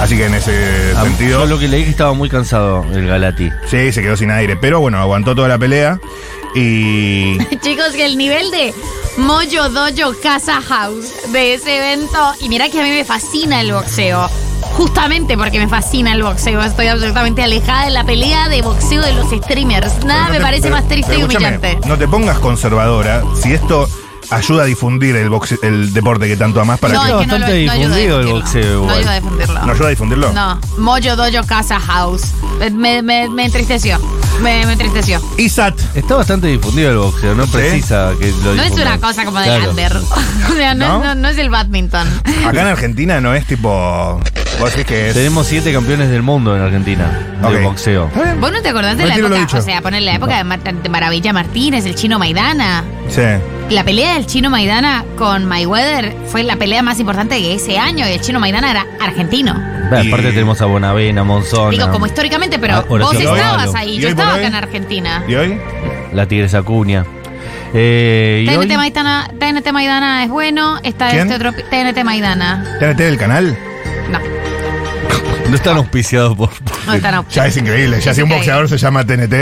Speaker 3: Así que en ese
Speaker 1: Ah,
Speaker 3: sentido.
Speaker 1: Yo lo que leí que estaba muy cansado el Galati.
Speaker 3: Sí, se quedó sin aire. Pero bueno, aguantó toda la pelea. Y
Speaker 4: Chicos, que el nivel de Moyo Dojo Casa House de ese evento. Y mira que a mí me fascina el boxeo. Justamente porque me fascina el boxeo. Estoy absolutamente alejada de la pelea de boxeo de los streamers. Nada
Speaker 3: Pero no
Speaker 4: me
Speaker 3: te-
Speaker 4: parece
Speaker 3: pero-
Speaker 4: más triste
Speaker 3: pero
Speaker 4: y
Speaker 3: escúchame,
Speaker 4: humillante.
Speaker 3: No te pongas conservadora si esto ayuda a difundir el, boxe- el deporte que tanto amás para
Speaker 4: No,
Speaker 3: que.
Speaker 4: es que no, lo-
Speaker 1: Bastante
Speaker 4: no ayuda a
Speaker 1: difundido el
Speaker 4: difundirlo.
Speaker 1: boxeo,
Speaker 4: No
Speaker 1: igual.
Speaker 4: ayuda a difundirlo.
Speaker 3: ¿No ayuda a difundirlo?
Speaker 4: No, Moyo Dojo Casa House. Eh, Me, me- me entristeció. Me, me entristeció.
Speaker 3: ISAT.
Speaker 1: Está bastante difundido el boxeo, no
Speaker 3: Sí.
Speaker 1: precisa que lo
Speaker 4: No es
Speaker 1: difundan.
Speaker 4: una cosa como de
Speaker 1: Claro.
Speaker 4: under. O sea, no,
Speaker 3: ¿No?
Speaker 4: es- no- no es el badminton.
Speaker 3: Acá en Argentina no es tipo. Vos decís que es.
Speaker 1: Tenemos siete campeones del mundo en Argentina de
Speaker 3: Ok.
Speaker 1: boxeo.
Speaker 3: Está bien.
Speaker 4: ¿Vos no te acordás de
Speaker 3: Retiro lo
Speaker 4: la
Speaker 3: dicho.
Speaker 4: época? O sea, poner la época de, Mar- de Maravilla Martínez, el chino Maidana.
Speaker 3: Sí.
Speaker 4: La pelea del chino Maidana con Mayweather fue la pelea más importante de ese año y el chino Maidana era argentino.
Speaker 1: Bueno,
Speaker 3: Y-
Speaker 1: Aparte tenemos a Bonavena,
Speaker 3: Oh,
Speaker 1: Monzón,
Speaker 4: Digo, como históricamente, pero
Speaker 1: Ah, Horacio
Speaker 4: vos
Speaker 1: Cavallo.
Speaker 4: estabas
Speaker 3: ¿Y
Speaker 4: ahí. Yo
Speaker 3: hoy por
Speaker 4: estaba
Speaker 3: hoy?
Speaker 4: acá en Argentina.
Speaker 3: ¿Y hoy?
Speaker 1: la Tigresa Acuña. Eh, y hoy-
Speaker 4: TNT Maidana, TNT Maidana es bueno, está
Speaker 3: ¿Quién?
Speaker 4: este otro pi- TNT Maidana.
Speaker 3: ¿TNT del canal?
Speaker 4: No,
Speaker 1: no están auspiciados por...
Speaker 4: no está no.
Speaker 3: Ya es increíble. Ya
Speaker 4: Es
Speaker 3: si un
Speaker 4: increíble.
Speaker 3: boxeador se llama TNT.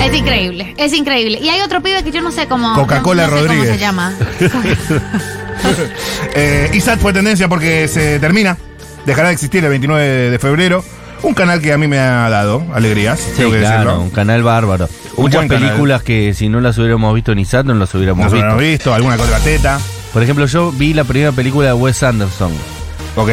Speaker 4: Es increíble, es increíble. Y hay otro pibe que yo no sé cómo.
Speaker 3: Coca-Cola
Speaker 4: no- no sé
Speaker 3: Rodríguez.
Speaker 4: ¿Cómo se llama?
Speaker 3: Eh, ISAT fue tendencia porque se termina. Dejará de existir el 29 de febrero. Un canal que a mí me ha dado alegrías.
Speaker 1: Sí,
Speaker 3: tengo que
Speaker 1: claro,
Speaker 3: decirlo.
Speaker 1: un canal bárbaro.
Speaker 3: Un
Speaker 1: Muchas
Speaker 3: buen canal.
Speaker 1: películas que si no las hubiéramos visto en ISAT no las hubiéramos
Speaker 3: Nos
Speaker 1: visto.
Speaker 3: hemos visto, alguna que otra teta.
Speaker 1: Por ejemplo, yo vi la primera película de Wes Anderson.
Speaker 3: Ok.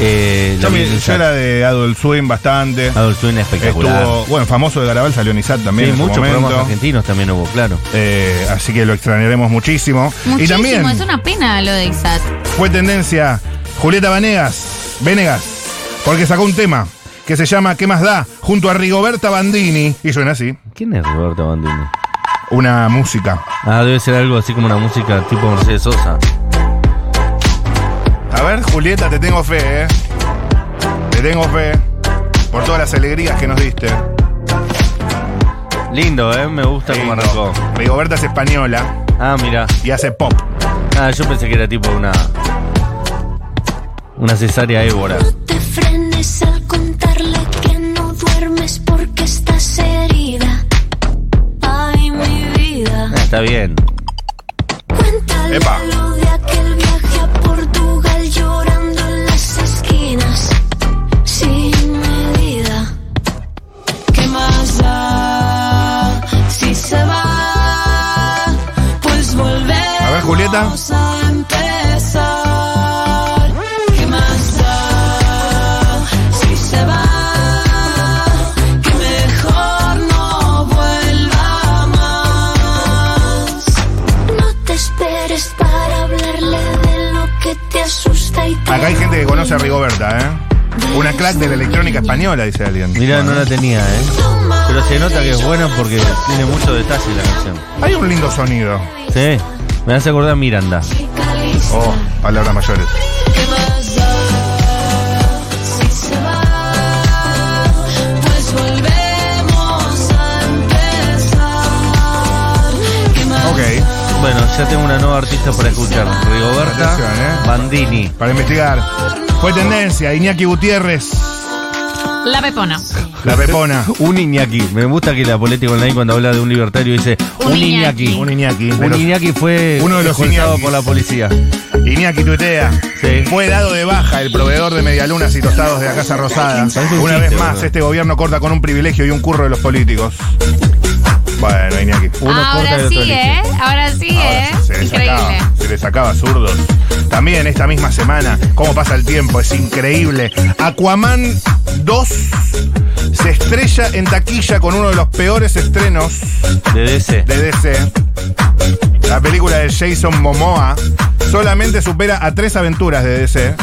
Speaker 1: Eh, la
Speaker 3: Yo,
Speaker 1: vi
Speaker 3: me-
Speaker 1: en el
Speaker 3: yo
Speaker 1: chat.
Speaker 3: era de Adult Swim bastante.
Speaker 1: Adult Swim es Ah, espectacular.
Speaker 3: Estuvo, bueno, famoso de Garabal salió en ISAT
Speaker 1: Sí,
Speaker 3: también. en su
Speaker 1: muchos
Speaker 3: momento.
Speaker 1: programas argentinos también hubo, claro.
Speaker 3: Eh, así que lo extrañaremos muchísimo.
Speaker 9: Muchísimo,
Speaker 3: y también
Speaker 9: es una pena lo de Ixat.
Speaker 3: fue tendencia Julieta Venegas, Venegas, porque sacó un tema que se llama ¿Qué más da? junto a Rigoberta Bandini. Y suena así,
Speaker 1: ¿Quién es Roberto Bandini?
Speaker 3: una música.
Speaker 1: Ah, debe ser algo así como una música tipo Mercedes Sosa.
Speaker 3: A ver, Julieta, te tengo fe, ¿eh? Te tengo fe por todas las alegrías que nos diste.
Speaker 1: Lindo, ¿eh? Me gusta cómo arrancó.
Speaker 3: Rigoberta es española
Speaker 1: Ah, mira.
Speaker 3: y hace pop.
Speaker 1: Ah, yo pensé que era tipo una. Una cesárea Évora.
Speaker 10: te frenes al contarle que no duermes porque estás herida. Ay, mi vida.
Speaker 1: Ah, está bien.
Speaker 10: Cuéntale
Speaker 3: Epa.
Speaker 10: lo de aquel viaje a Portugal llorando en las esquinas. Sin medida. ¿Qué más da si se va? Pues volver.
Speaker 3: A ver, Julieta.
Speaker 10: Vamos a empezar. ¿Qué más da si se va? Que mejor no vuelva más. No te esperes para hablarle de lo que te asusta y
Speaker 3: Acá hay gente que conoce a Rigoberta, ¿eh? Una crack de la electrónica española, dice alguien.
Speaker 1: Mira, no la tenía, ¿eh? Pero se nota que es buena porque tiene mucho detalle la canción.
Speaker 3: Hay un lindo sonido.
Speaker 1: Sí. Me hace acordar a Miranda.
Speaker 3: Oh, palabras mayores.
Speaker 10: ¿Qué más da si se va? Pues volvemos a empezar. ¿Qué más
Speaker 3: Ok,
Speaker 1: Bueno, ya tengo una nueva artista para escuchar. Rigoberta
Speaker 3: Atención, ¿eh?
Speaker 1: Bandini.
Speaker 3: para investigar. Fue tendencia, Iñaki Gutiérrez,
Speaker 9: La pepona.
Speaker 3: la pepona.
Speaker 1: Un Iñaki. Me gusta que la política online cuando habla de un libertario dice un
Speaker 9: Un Iñaki.
Speaker 1: Iñaki.
Speaker 3: Un Iñaki. de
Speaker 1: Un
Speaker 3: los-
Speaker 1: Iñaki fue
Speaker 3: Uno de los
Speaker 1: escoltado
Speaker 3: Iñakis.
Speaker 1: por la policía.
Speaker 3: Iñaki tuitea.
Speaker 1: Sí.
Speaker 3: Fue dado de baja el proveedor de medialunas y tostados de la Casa Rosada.
Speaker 1: Parece un
Speaker 3: Una
Speaker 1: chiste,
Speaker 3: vez más,
Speaker 1: boludo.
Speaker 3: este gobierno corta con un privilegio y un curro de los políticos. Bueno, Iñaki.
Speaker 1: Uno corta y
Speaker 9: Ahora
Speaker 1: otro
Speaker 9: sí,
Speaker 1: elige.
Speaker 9: ¿eh? Ahora sí, ¿eh?
Speaker 3: Ahora se le
Speaker 9: Increíble.
Speaker 3: sacaba, se le sacaba zurdos. También esta misma semana, cómo pasa el tiempo, es increíble. Aquaman 2 se estrella en taquilla con uno de los peores estrenos
Speaker 1: De DC.
Speaker 3: de DC. La película de Jason Momoa solamente supera a tres aventuras de DC.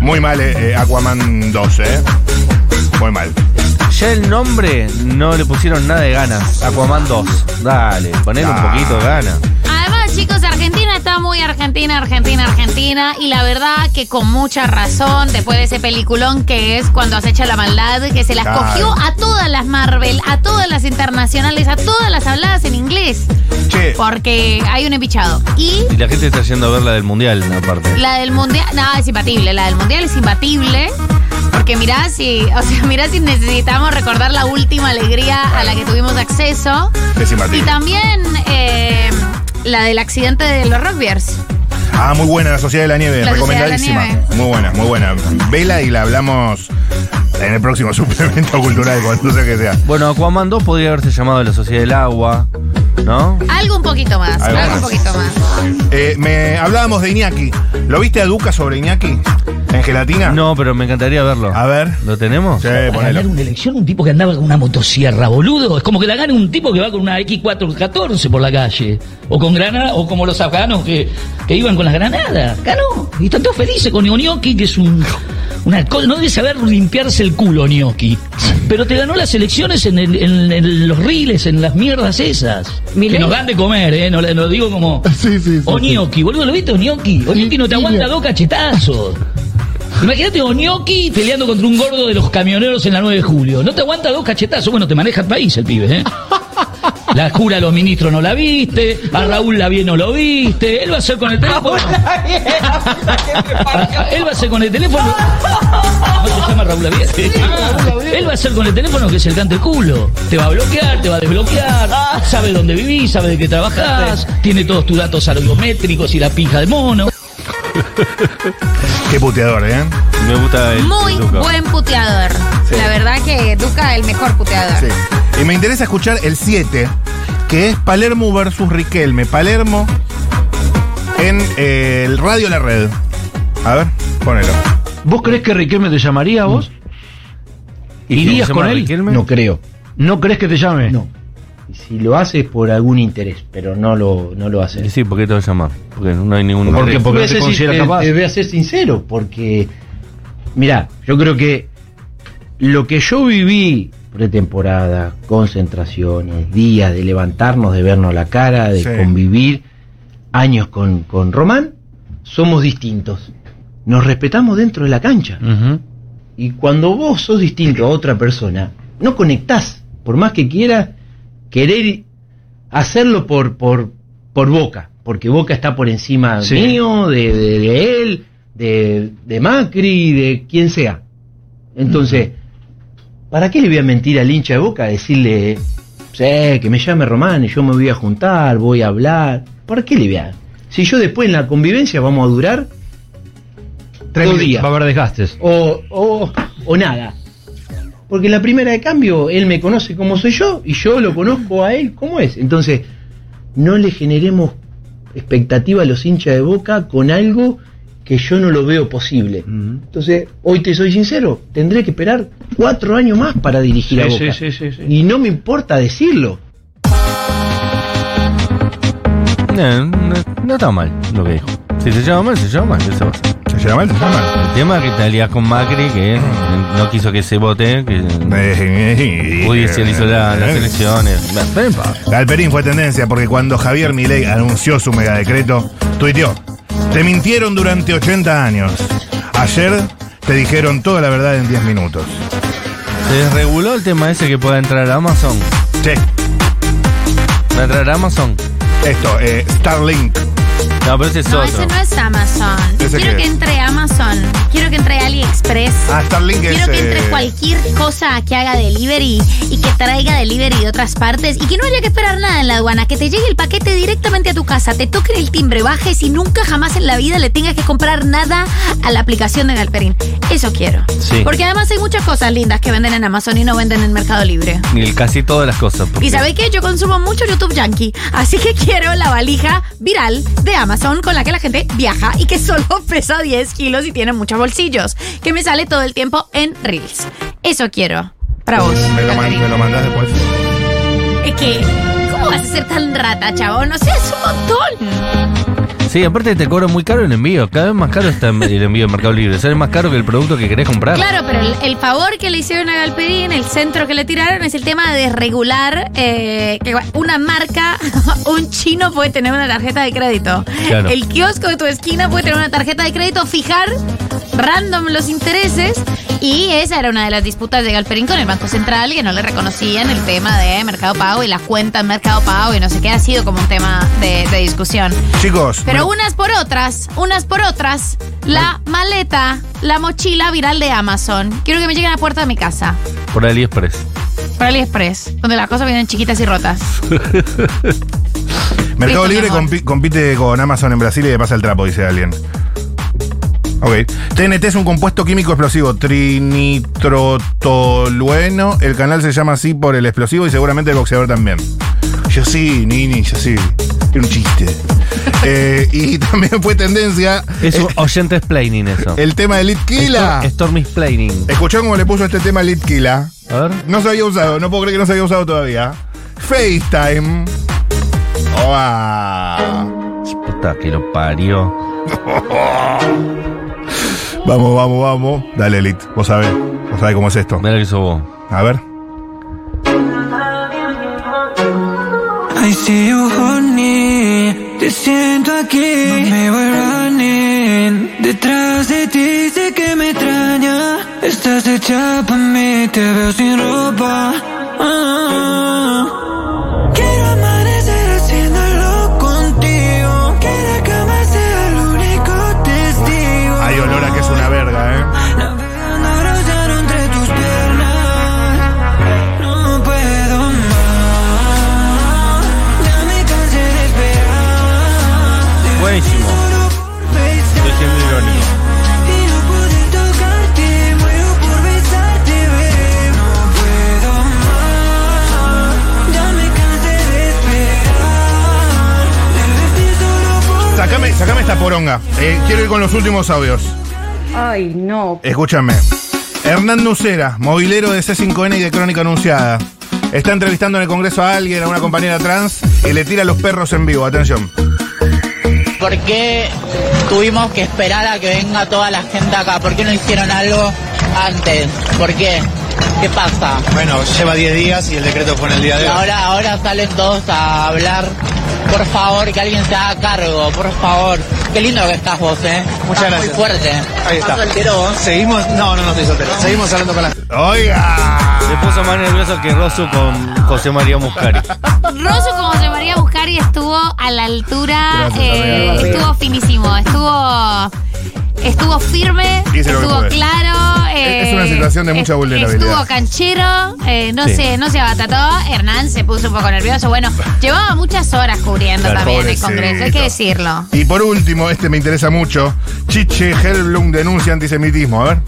Speaker 3: Muy mal eh, eh, Aquaman 2, ¿eh? Muy mal.
Speaker 1: Ya el nombre no le pusieron nada de ganas. Aquaman 2. Dale, ponele
Speaker 3: Ah.
Speaker 1: un poquito de ganas.
Speaker 9: Además, chicos, Argentina está muy Argentina, Argentina, Argentina. Y la verdad que con mucha razón, después de ese peliculón que es cuando acecha la maldad, que se las
Speaker 3: Claro.
Speaker 9: cogió a todas las Marvel, a todas las internacionales, a todas las habladas en inglés.
Speaker 3: Che,
Speaker 9: Porque hay un empichado. Y
Speaker 1: Y la gente está yendo a ver la del mundial, aparte.
Speaker 9: la del mundial, nada, es imbatible. La del mundial es imbatible. Porque mirá si, o sea, mirá si necesitamos recordar la última alegría a la que tuvimos acceso.
Speaker 3: es imbatible.
Speaker 9: Y también eh, la del accidente de los Rockbears.
Speaker 3: Ah, muy buena, La Sociedad de la Nieve,
Speaker 9: La Sociedad de la
Speaker 3: recomendadísima.
Speaker 9: Nieve.
Speaker 3: Muy buena, muy buena. Vela y la hablamos en el próximo suplemento cultural, cuando sea que sea.
Speaker 1: Bueno, Aquaman 2 podría haberse llamado La Sociedad del Agua, ¿no?
Speaker 9: Algo un poquito más,
Speaker 3: Algo
Speaker 9: algo,
Speaker 3: más.
Speaker 9: un poquito más.
Speaker 3: Eh, me hablábamos de Iñaki. ¿Lo viste a Duca sobre Iñaki? ¿En gelatina?
Speaker 1: No, pero me encantaría verlo.
Speaker 3: A ver.
Speaker 1: ¿Lo tenemos?
Speaker 3: Sí,
Speaker 5: Eh,
Speaker 11: Para
Speaker 3: ponelo.
Speaker 11: ganar una elección, un tipo que andaba con una motosierra, boludo. Es como que la gane un tipo que va con una X414 por la calle. O con granada, o como los afganos que, que iban con las granadas. Ganó. Y están todos felices con Gnocchi, que es un. un alcohol. no debe saber limpiarse el culo, Gnocchi. Pero te ganó las elecciones en, el- en- en los riles, en las mierdas esas.
Speaker 7: Milei.
Speaker 11: Que nos dan de comer, ¿eh? No, le- no digo como.
Speaker 5: Sí, sí, sí,
Speaker 11: O
Speaker 5: sí.
Speaker 11: Gnocchi, boludo, ¿lo viste, Gnocchi? O Gnocchi no te
Speaker 5: Sí,
Speaker 11: aguanta
Speaker 5: sí.
Speaker 11: dos cachetazos. Imagínate Oñoki peleando contra un gordo de los camioneros en la 9 de julio. No te aguanta dos cachetazos. Bueno, te maneja el país el pibe, ¿eh? La cura a los ministros no la viste, a Raúl Lavie no lo viste, él va a ser con el teléfono. él va a ser con el teléfono. ¿No se llama Raúl Lavie? él va a ser con el teléfono que es el cante el culo. Te va a bloquear, te va a desbloquear, sabe dónde vivís, sabe de qué trabajás, tiene todos tus datos algométricos y la pija de mono.
Speaker 3: Qué puteador, ¿eh?
Speaker 1: Me gusta el
Speaker 9: Muy
Speaker 1: Luca.
Speaker 9: buen puteador. La verdad que Duca el mejor puteador.
Speaker 3: Sí. Y me interesa escuchar el 7, que es Palermo versus Riquelme. Palermo en eh, el Radio La Red. A ver, ponelo.
Speaker 12: ¿Vos crees que Riquelme te llamaría a vos?
Speaker 3: si
Speaker 12: ¿Irías
Speaker 3: se
Speaker 12: con
Speaker 3: llama
Speaker 12: él?
Speaker 3: Riquelme?
Speaker 12: No creo. ¿No crees que te llame? No. Si lo haces por algún interés, pero no lo, no lo hace.
Speaker 1: Y sí, ¿por qué te voy a llamar? Porque no hay ningún.
Speaker 12: Porque, porque
Speaker 1: no
Speaker 12: no te consideras capaz. Te voy a ser sincero, porque. Mirá, yo creo que lo que yo viví pretemporada, concentraciones, días de levantarnos, de vernos la cara, de convivir, años con, con Román, somos distintos. Nos respetamos dentro de la cancha. Y cuando vos sos distinto a otra persona, no conectás, por más que quieras, querer hacerlo por, por, por Boca, porque Boca está por encima
Speaker 11: Sí.
Speaker 12: mío, de, de- de él, de, de Macri, de quien sea. Entonces, ¿para qué le voy a mentir al hincha de Boca? Decirle, sé, que me llame Román y yo me voy a juntar, voy a hablar. ¿Para qué le voy a...? Si yo después en la convivencia vamos a durar
Speaker 13: Tres
Speaker 12: dos
Speaker 13: mil-
Speaker 12: días.
Speaker 13: Va a haber desgastes.
Speaker 12: O, o, o nada. Porque la primera de cambio, él me conoce como soy yo y yo lo conozco a él como es. Entonces, no le generemos expectativa a los hinchas de boca con algo que yo no lo veo posible. Entonces, hoy te soy sincero, tendré que esperar cuatro años más para dirigir a
Speaker 13: Sí,
Speaker 12: Boca.
Speaker 13: sí, sí, sí, sí.
Speaker 12: Y no me importa decirlo.
Speaker 1: Eh, No, no, no está mal lo que dijo. Si se llama mal, se llama mal. Eso pasa.
Speaker 3: Se llama mal, se llama mal.
Speaker 1: El tema es que te aliás con Macri, que eh, no quiso que se vote, que
Speaker 3: eh,
Speaker 1: judicializó la- las elecciones.
Speaker 3: Galperín fue tendencia porque cuando Javier Milei anunció su megadecreto, tuiteó, te mintieron durante 80 años. Ayer te dijeron toda la verdad en 10 minutos.
Speaker 1: Se desreguló el tema ese que pueda entrar a Amazon.
Speaker 3: Sí.
Speaker 1: ¿Va a entrar a Amazon?
Speaker 3: Esto, eh, Starlink.
Speaker 1: No, pero ese es
Speaker 4: No,
Speaker 1: otro.
Speaker 4: ese no es Amazon.
Speaker 1: ¿Ese
Speaker 4: Quiero
Speaker 1: qué
Speaker 4: que
Speaker 1: es?
Speaker 4: entre Amazon. Quiero que entre AliExpress.
Speaker 3: Ah, Starlink
Speaker 4: Quiero
Speaker 3: es,
Speaker 4: que entre
Speaker 3: eh,
Speaker 4: cualquier cosa que haga delivery y que traiga delivery de otras partes y que no haya que esperar nada en la aduana. Que te llegue el paquete directamente a tu casa, te toquen el timbre, bajes y nunca jamás en la vida le tengas que comprar nada a la aplicación de Galperín. Eso quiero.
Speaker 1: Sí.
Speaker 4: Porque además hay muchas cosas lindas que venden en Amazon y no venden en Mercado Libre.
Speaker 1: Ni el- casi todas las cosas. porque-
Speaker 4: Y sabéis que yo consumo mucho YouTube Yankee, así que quiero la valija viral de Amazon con la que la gente viaja y que solo pesa 10 kilos y tiene muchos bolsillos, que me sale todo el tiempo en Reels. Eso quiero para vos.
Speaker 3: Me lo, man- me lo mandás después.
Speaker 4: Es que, ¿cómo vas a ser tan rata, chavo? No seas un montón.
Speaker 1: Sí, aparte te cobran muy caro el envío. Cada vez más caro está el envío de Mercado Libre. Sale más caro que el producto que querés comprar.
Speaker 4: Claro, pero el, el favor que le hicieron a Galperín, el centro que le tiraron, es el tema de regular eh, que una marca, un chino puede tener una tarjeta de crédito.
Speaker 9: Claro.
Speaker 4: El kiosco de tu esquina puede tener una tarjeta de crédito, fijar random los intereses. Y esa era una de las disputas de Galperín con el Banco Central, que no le reconocían el tema de Mercado Pago y las cuentas en Mercado Pago y no sé qué, ha sido como un tema de, de discusión.
Speaker 3: Chicos.
Speaker 4: Pero
Speaker 3: me-
Speaker 4: unas por otras, unas por otras, la maleta, la mochila viral de Amazon. Quiero que me llegue a la puerta de mi casa,
Speaker 1: Por AliExpress.
Speaker 4: por AliExpress, donde las cosas vienen chiquitas y rotas. Listo,
Speaker 3: Mercado Libre
Speaker 4: mi amor.
Speaker 3: compi- compite con Amazon en Brasil y le pasa el trapo, dice alguien. Ok. TNT es un compuesto químico explosivo, trinitrotolueno. El canal se llama así por el explosivo y seguramente el boxeador también. Yo sí, Nini, yo sí. Era un chiste. Eh, y también fue tendencia
Speaker 1: Es un oyente explaining eso.
Speaker 3: el tema de Litquila.
Speaker 1: Storm- Storm explaining.
Speaker 3: ¿Escucharon cómo le puso este tema a Litquila?
Speaker 1: A ver.
Speaker 3: No se había usado, no puedo creer que no se había usado todavía. FaceTime. ¡Oa!
Speaker 1: Puta que lo parió.
Speaker 3: Vamos, vamos, vamos. Dale, Elite. Vos sabés. Vos sabés cómo es esto.
Speaker 1: Mira que sos vos.
Speaker 3: A ver.
Speaker 14: I see you, honey. Te siento aquí. No me voy running. Detrás de ti sé que me extraña. Estás hecha pa' mí. Te veo sin ropa. Ah. Quiero amanecer haciéndolo contigo. Que la cama sea el único testigo.
Speaker 3: Hay olor a que es una verga, ¿eh?
Speaker 14: Ahora ya no entre tus piernas. No puedo más. Ya me cansé de esperar.
Speaker 1: Buenísimo.
Speaker 14: Y no pude tocarte. Muero por besarte, bebé. No puedo más. Ya me cansé
Speaker 3: milonga. Eh, quiero ir con los últimos audios.
Speaker 10: Ay, no.
Speaker 3: Escúchame. Hernán Nucera, movilero de C5N y de Crónica Anunciada. Está entrevistando en el Congreso a alguien, a una compañera trans, y le tira los perros en vivo. Atención.
Speaker 15: ¿Por qué tuvimos que esperar a que venga toda la gente acá? ¿Por qué no hicieron algo antes? ¿Por qué? ¿Qué pasa?
Speaker 6: Bueno, lleva 10 días y el decreto fue en el día
Speaker 15: Y
Speaker 6: de hoy.
Speaker 15: ahora, ahora salen todos a hablar. Por favor, que alguien se haga cargo, por favor. Qué lindo que estás vos, ¿eh?
Speaker 6: Muchas
Speaker 15: Estás
Speaker 6: gracias.
Speaker 15: Muy fuerte.
Speaker 6: Ahí está.
Speaker 15: ¿Estás soltero vos?
Speaker 6: Seguimos, no, no, no estoy soltero. Seguimos hablando con la.
Speaker 3: ¡Oiga!
Speaker 1: Se puso más nervioso que Rosso con José María Muscari.
Speaker 4: Rosso como se María Buscari estuvo a la altura,
Speaker 1: Gracias,
Speaker 4: eh,
Speaker 1: amiga.
Speaker 4: estuvo finísimo, estuvo estuvo firme,
Speaker 3: Hice lo que
Speaker 4: estuvo
Speaker 3: pude.
Speaker 4: claro. eh,
Speaker 3: Es una situación de mucha
Speaker 4: est-
Speaker 3: vulnerabilidad.
Speaker 4: Estuvo canchero, eh, no
Speaker 3: Sí.
Speaker 4: se, no se abatató. Hernán se puso un poco nervioso. Bueno, llevaba muchas horas cubriendo
Speaker 3: Claro,
Speaker 4: también el
Speaker 3: pobrecito.
Speaker 4: Congreso, hay que decirlo.
Speaker 3: Y por último, este me interesa mucho. Chiche Helblum denuncia antisemitismo. A ver.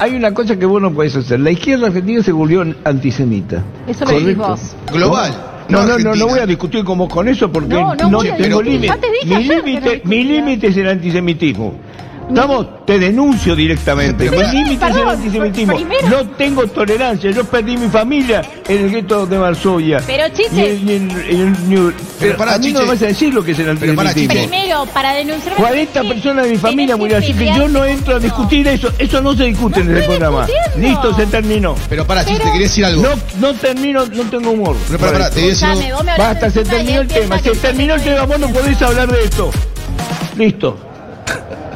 Speaker 16: Hay una cosa que vos no podés hacer. La izquierda argentina se volvió antisemita.
Speaker 12: Eso lo decís vos.
Speaker 16: Global. No, no, no, no voy a discutir como con eso porque
Speaker 12: No,
Speaker 16: no,
Speaker 12: no voy a
Speaker 16: tengo
Speaker 12: discutir.
Speaker 16: límite.
Speaker 12: Antes dije
Speaker 16: Mi
Speaker 12: ayer que no
Speaker 16: límite,
Speaker 12: discutía.
Speaker 16: mi límite es el antisemitismo. Estamos, te denuncio directamente.
Speaker 12: Pero
Speaker 16: mi
Speaker 12: sí,
Speaker 16: límite es el
Speaker 12: perdón,
Speaker 16: antisemitismo.
Speaker 12: primero.
Speaker 16: No tengo tolerancia. Yo perdí mi familia en el gueto de Varsovia.
Speaker 12: Pero, Chiche.
Speaker 16: Y en- y en- y en- y en-
Speaker 12: Pero pará,
Speaker 16: a mí no
Speaker 12: Chiche.
Speaker 16: me vas a decir lo que es el antisemitismo.
Speaker 12: Primero, para denunciar.
Speaker 16: 40 personas de mi familia murieron, así que yo no entro a discutir eso. Eso no se discute en el programa. Listo, se terminó.
Speaker 6: Pero pará, Chiche, te quería decir algo.
Speaker 16: No, no termino, no tengo humor.
Speaker 6: Pero pará, pará, te voy a decir Escuchame, un- vos me hablas
Speaker 16: Basta,
Speaker 6: de
Speaker 16: se
Speaker 6: cultura y
Speaker 16: terminó
Speaker 6: él
Speaker 16: el tema.
Speaker 6: piensa que
Speaker 16: Se terminó el tema, vos no podés hablar de esto. Listo.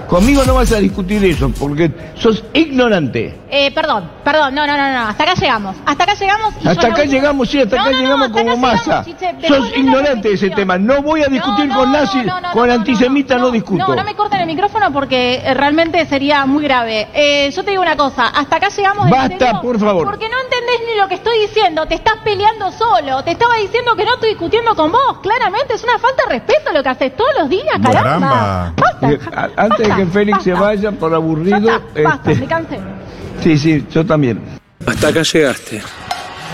Speaker 16: Conmigo no vas a discutir eso, porque sos ignorante.
Speaker 12: Eh, perdón, perdón, no, no, no, no, hasta acá llegamos. Hasta acá llegamos y yo
Speaker 16: Hasta
Speaker 12: no-
Speaker 16: acá llegamos, sí, hasta
Speaker 12: No,
Speaker 16: acá
Speaker 12: no, no,
Speaker 16: llegamos
Speaker 12: hasta
Speaker 16: como
Speaker 12: acá
Speaker 16: masa.
Speaker 12: llegamos, Chiche, después
Speaker 16: Sos
Speaker 12: de la
Speaker 16: ignorante de ese tema. No voy a discutir con nazis, con antisemitas no, discuto.
Speaker 12: No, no me corten el micrófono porque eh, realmente sería muy grave. Eh, yo te digo una cosa, hasta acá llegamos. ¿en
Speaker 16: Basta,
Speaker 12: serio?
Speaker 16: por favor.
Speaker 12: Porque no entendés ni lo que estoy diciendo, te estás peleando solo, te estaba diciendo que no estoy discutiendo con vos. Claramente es una falta de respeto lo que haces todos los días, caramba.
Speaker 16: Eh, a- Antes de que Félix se vaya por aburrido,
Speaker 12: Basta,
Speaker 16: este,
Speaker 12: me cansé.
Speaker 16: sí, sí, yo también.
Speaker 3: Hasta acá llegaste.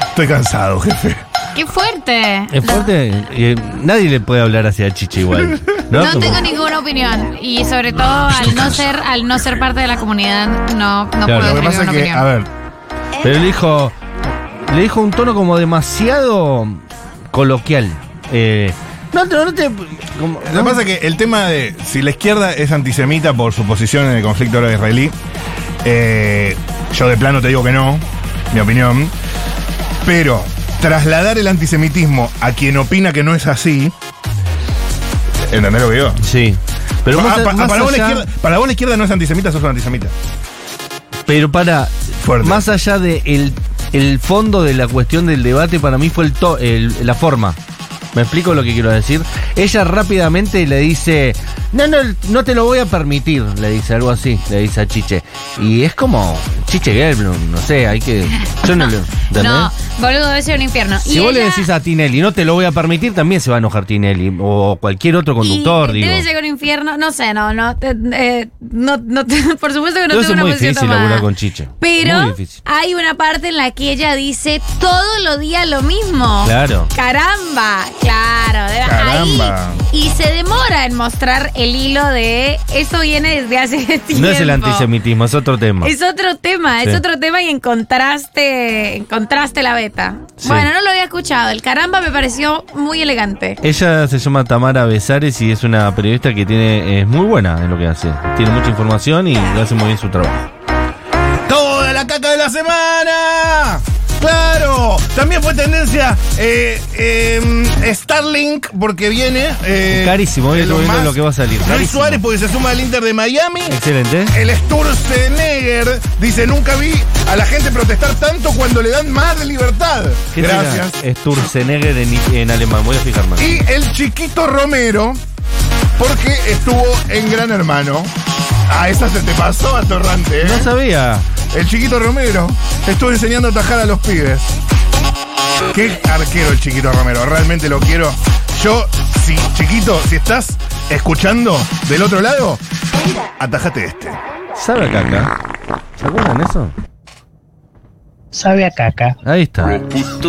Speaker 3: Estoy cansado, jefe.
Speaker 4: ¡Qué fuerte!
Speaker 1: Es fuerte. eh, nadie le puede hablar hacia Chiche igual. No,
Speaker 4: No,
Speaker 1: Como-
Speaker 4: tengo ninguna opinión. Y sobre todo al no ser, al no ser parte de la comunidad, no, no
Speaker 1: Claro,
Speaker 4: puedo
Speaker 1: lo que
Speaker 4: tener
Speaker 1: pasa
Speaker 4: una
Speaker 1: es que,
Speaker 4: opinión.
Speaker 1: a ver. Pero le dijo. Le dijo un tono como demasiado coloquial. Eh, No, no, no te.
Speaker 3: Lo que pasa es que el tema de si la izquierda es antisemita por su posición en el conflicto árabe-israelí, eh, yo de plano te digo que no, mi opinión. Pero trasladar el antisemitismo a quien opina que no es así. ¿Entendés lo que digo?
Speaker 1: Sí. Pero más-
Speaker 3: para,
Speaker 1: más
Speaker 3: vos la
Speaker 1: allá-
Speaker 3: izquierda, para vos la izquierda no es antisemita, sos un antisemita.
Speaker 1: Pero para, más allá de el, el fondo de la cuestión del debate, para mí fue el to- el- la forma. ¿Me explico lo que quiero decir? Ella rápidamente le dice, no, no, no te lo voy a permitir, le dice algo así, le dice a Chiche. Y es como, Chiche Gelblum, no sé, hay que... Yo no lo... ¿entendés?
Speaker 4: No, boludo, debe ser un infierno.
Speaker 1: Si
Speaker 4: Y
Speaker 1: vos le
Speaker 4: ella-
Speaker 1: decís a Tinelli, no te lo voy a permitir, también se va a enojar Tinelli o cualquier otro conductor,
Speaker 4: y
Speaker 1: digo.
Speaker 4: Debe llegar un infierno, no sé, no, no, te- eh, no, no te- por supuesto que no tengo
Speaker 1: Todo eso es
Speaker 4: una
Speaker 1: muy
Speaker 4: posición
Speaker 1: difícil
Speaker 4: tomada.
Speaker 1: laburar con Chiche. Muy
Speaker 4: Pero
Speaker 1: difícil.
Speaker 4: hay una parte en la que ella dice todos los días lo mismo.
Speaker 1: Claro.
Speaker 4: Caramba, claro. de-
Speaker 1: Caramba.
Speaker 4: ahí- y se demora en mostrar el hilo de eso viene desde hace tiempo.
Speaker 1: No es el antisemitismo, es otro tema.
Speaker 4: Es otro tema,
Speaker 1: Sí.
Speaker 4: es otro tema y encontraste, encontraste la beta.
Speaker 1: Sí.
Speaker 4: Bueno, no lo había escuchado. El caramba me pareció muy elegante.
Speaker 1: Ella se llama Tamara Besares y es una periodista que tiene es muy buena en lo que hace. Tiene mucha información y hace muy bien su trabajo.
Speaker 3: ¡Toda la caca de la semana! ¡Claro! También fue tendencia eh, eh, Starlink porque viene. eh,
Speaker 1: Carísimo, hoy estuve
Speaker 3: Elon
Speaker 1: viendo
Speaker 3: Musk.
Speaker 1: lo que va a salir.
Speaker 3: Luis
Speaker 1: Carísimo.
Speaker 3: Suárez porque se suma al Inter de Miami.
Speaker 1: Excelente.
Speaker 3: El Sturzenegger dice, nunca vi a la gente protestar tanto cuando le dan más libertad.
Speaker 1: ¿Qué
Speaker 3: Gracias.
Speaker 1: será? Es Sturzenegger en, en alemán, voy a fijarme.
Speaker 3: Y el chiquito Romero, porque estuvo en Gran Hermano. Ah, esa se te pasó, atorrante, ¿eh? No
Speaker 1: sabía.
Speaker 3: El chiquito Romero estuvo enseñando a atajar a los pibes. Qué arquero el chiquito Romero, realmente lo quiero. Yo, si, chiquito, si estás escuchando del otro lado, atajate este.
Speaker 1: ¿Sabe a caca? ¿Se acuerdan eso?
Speaker 2: Sabe a caca.
Speaker 1: Ahí está.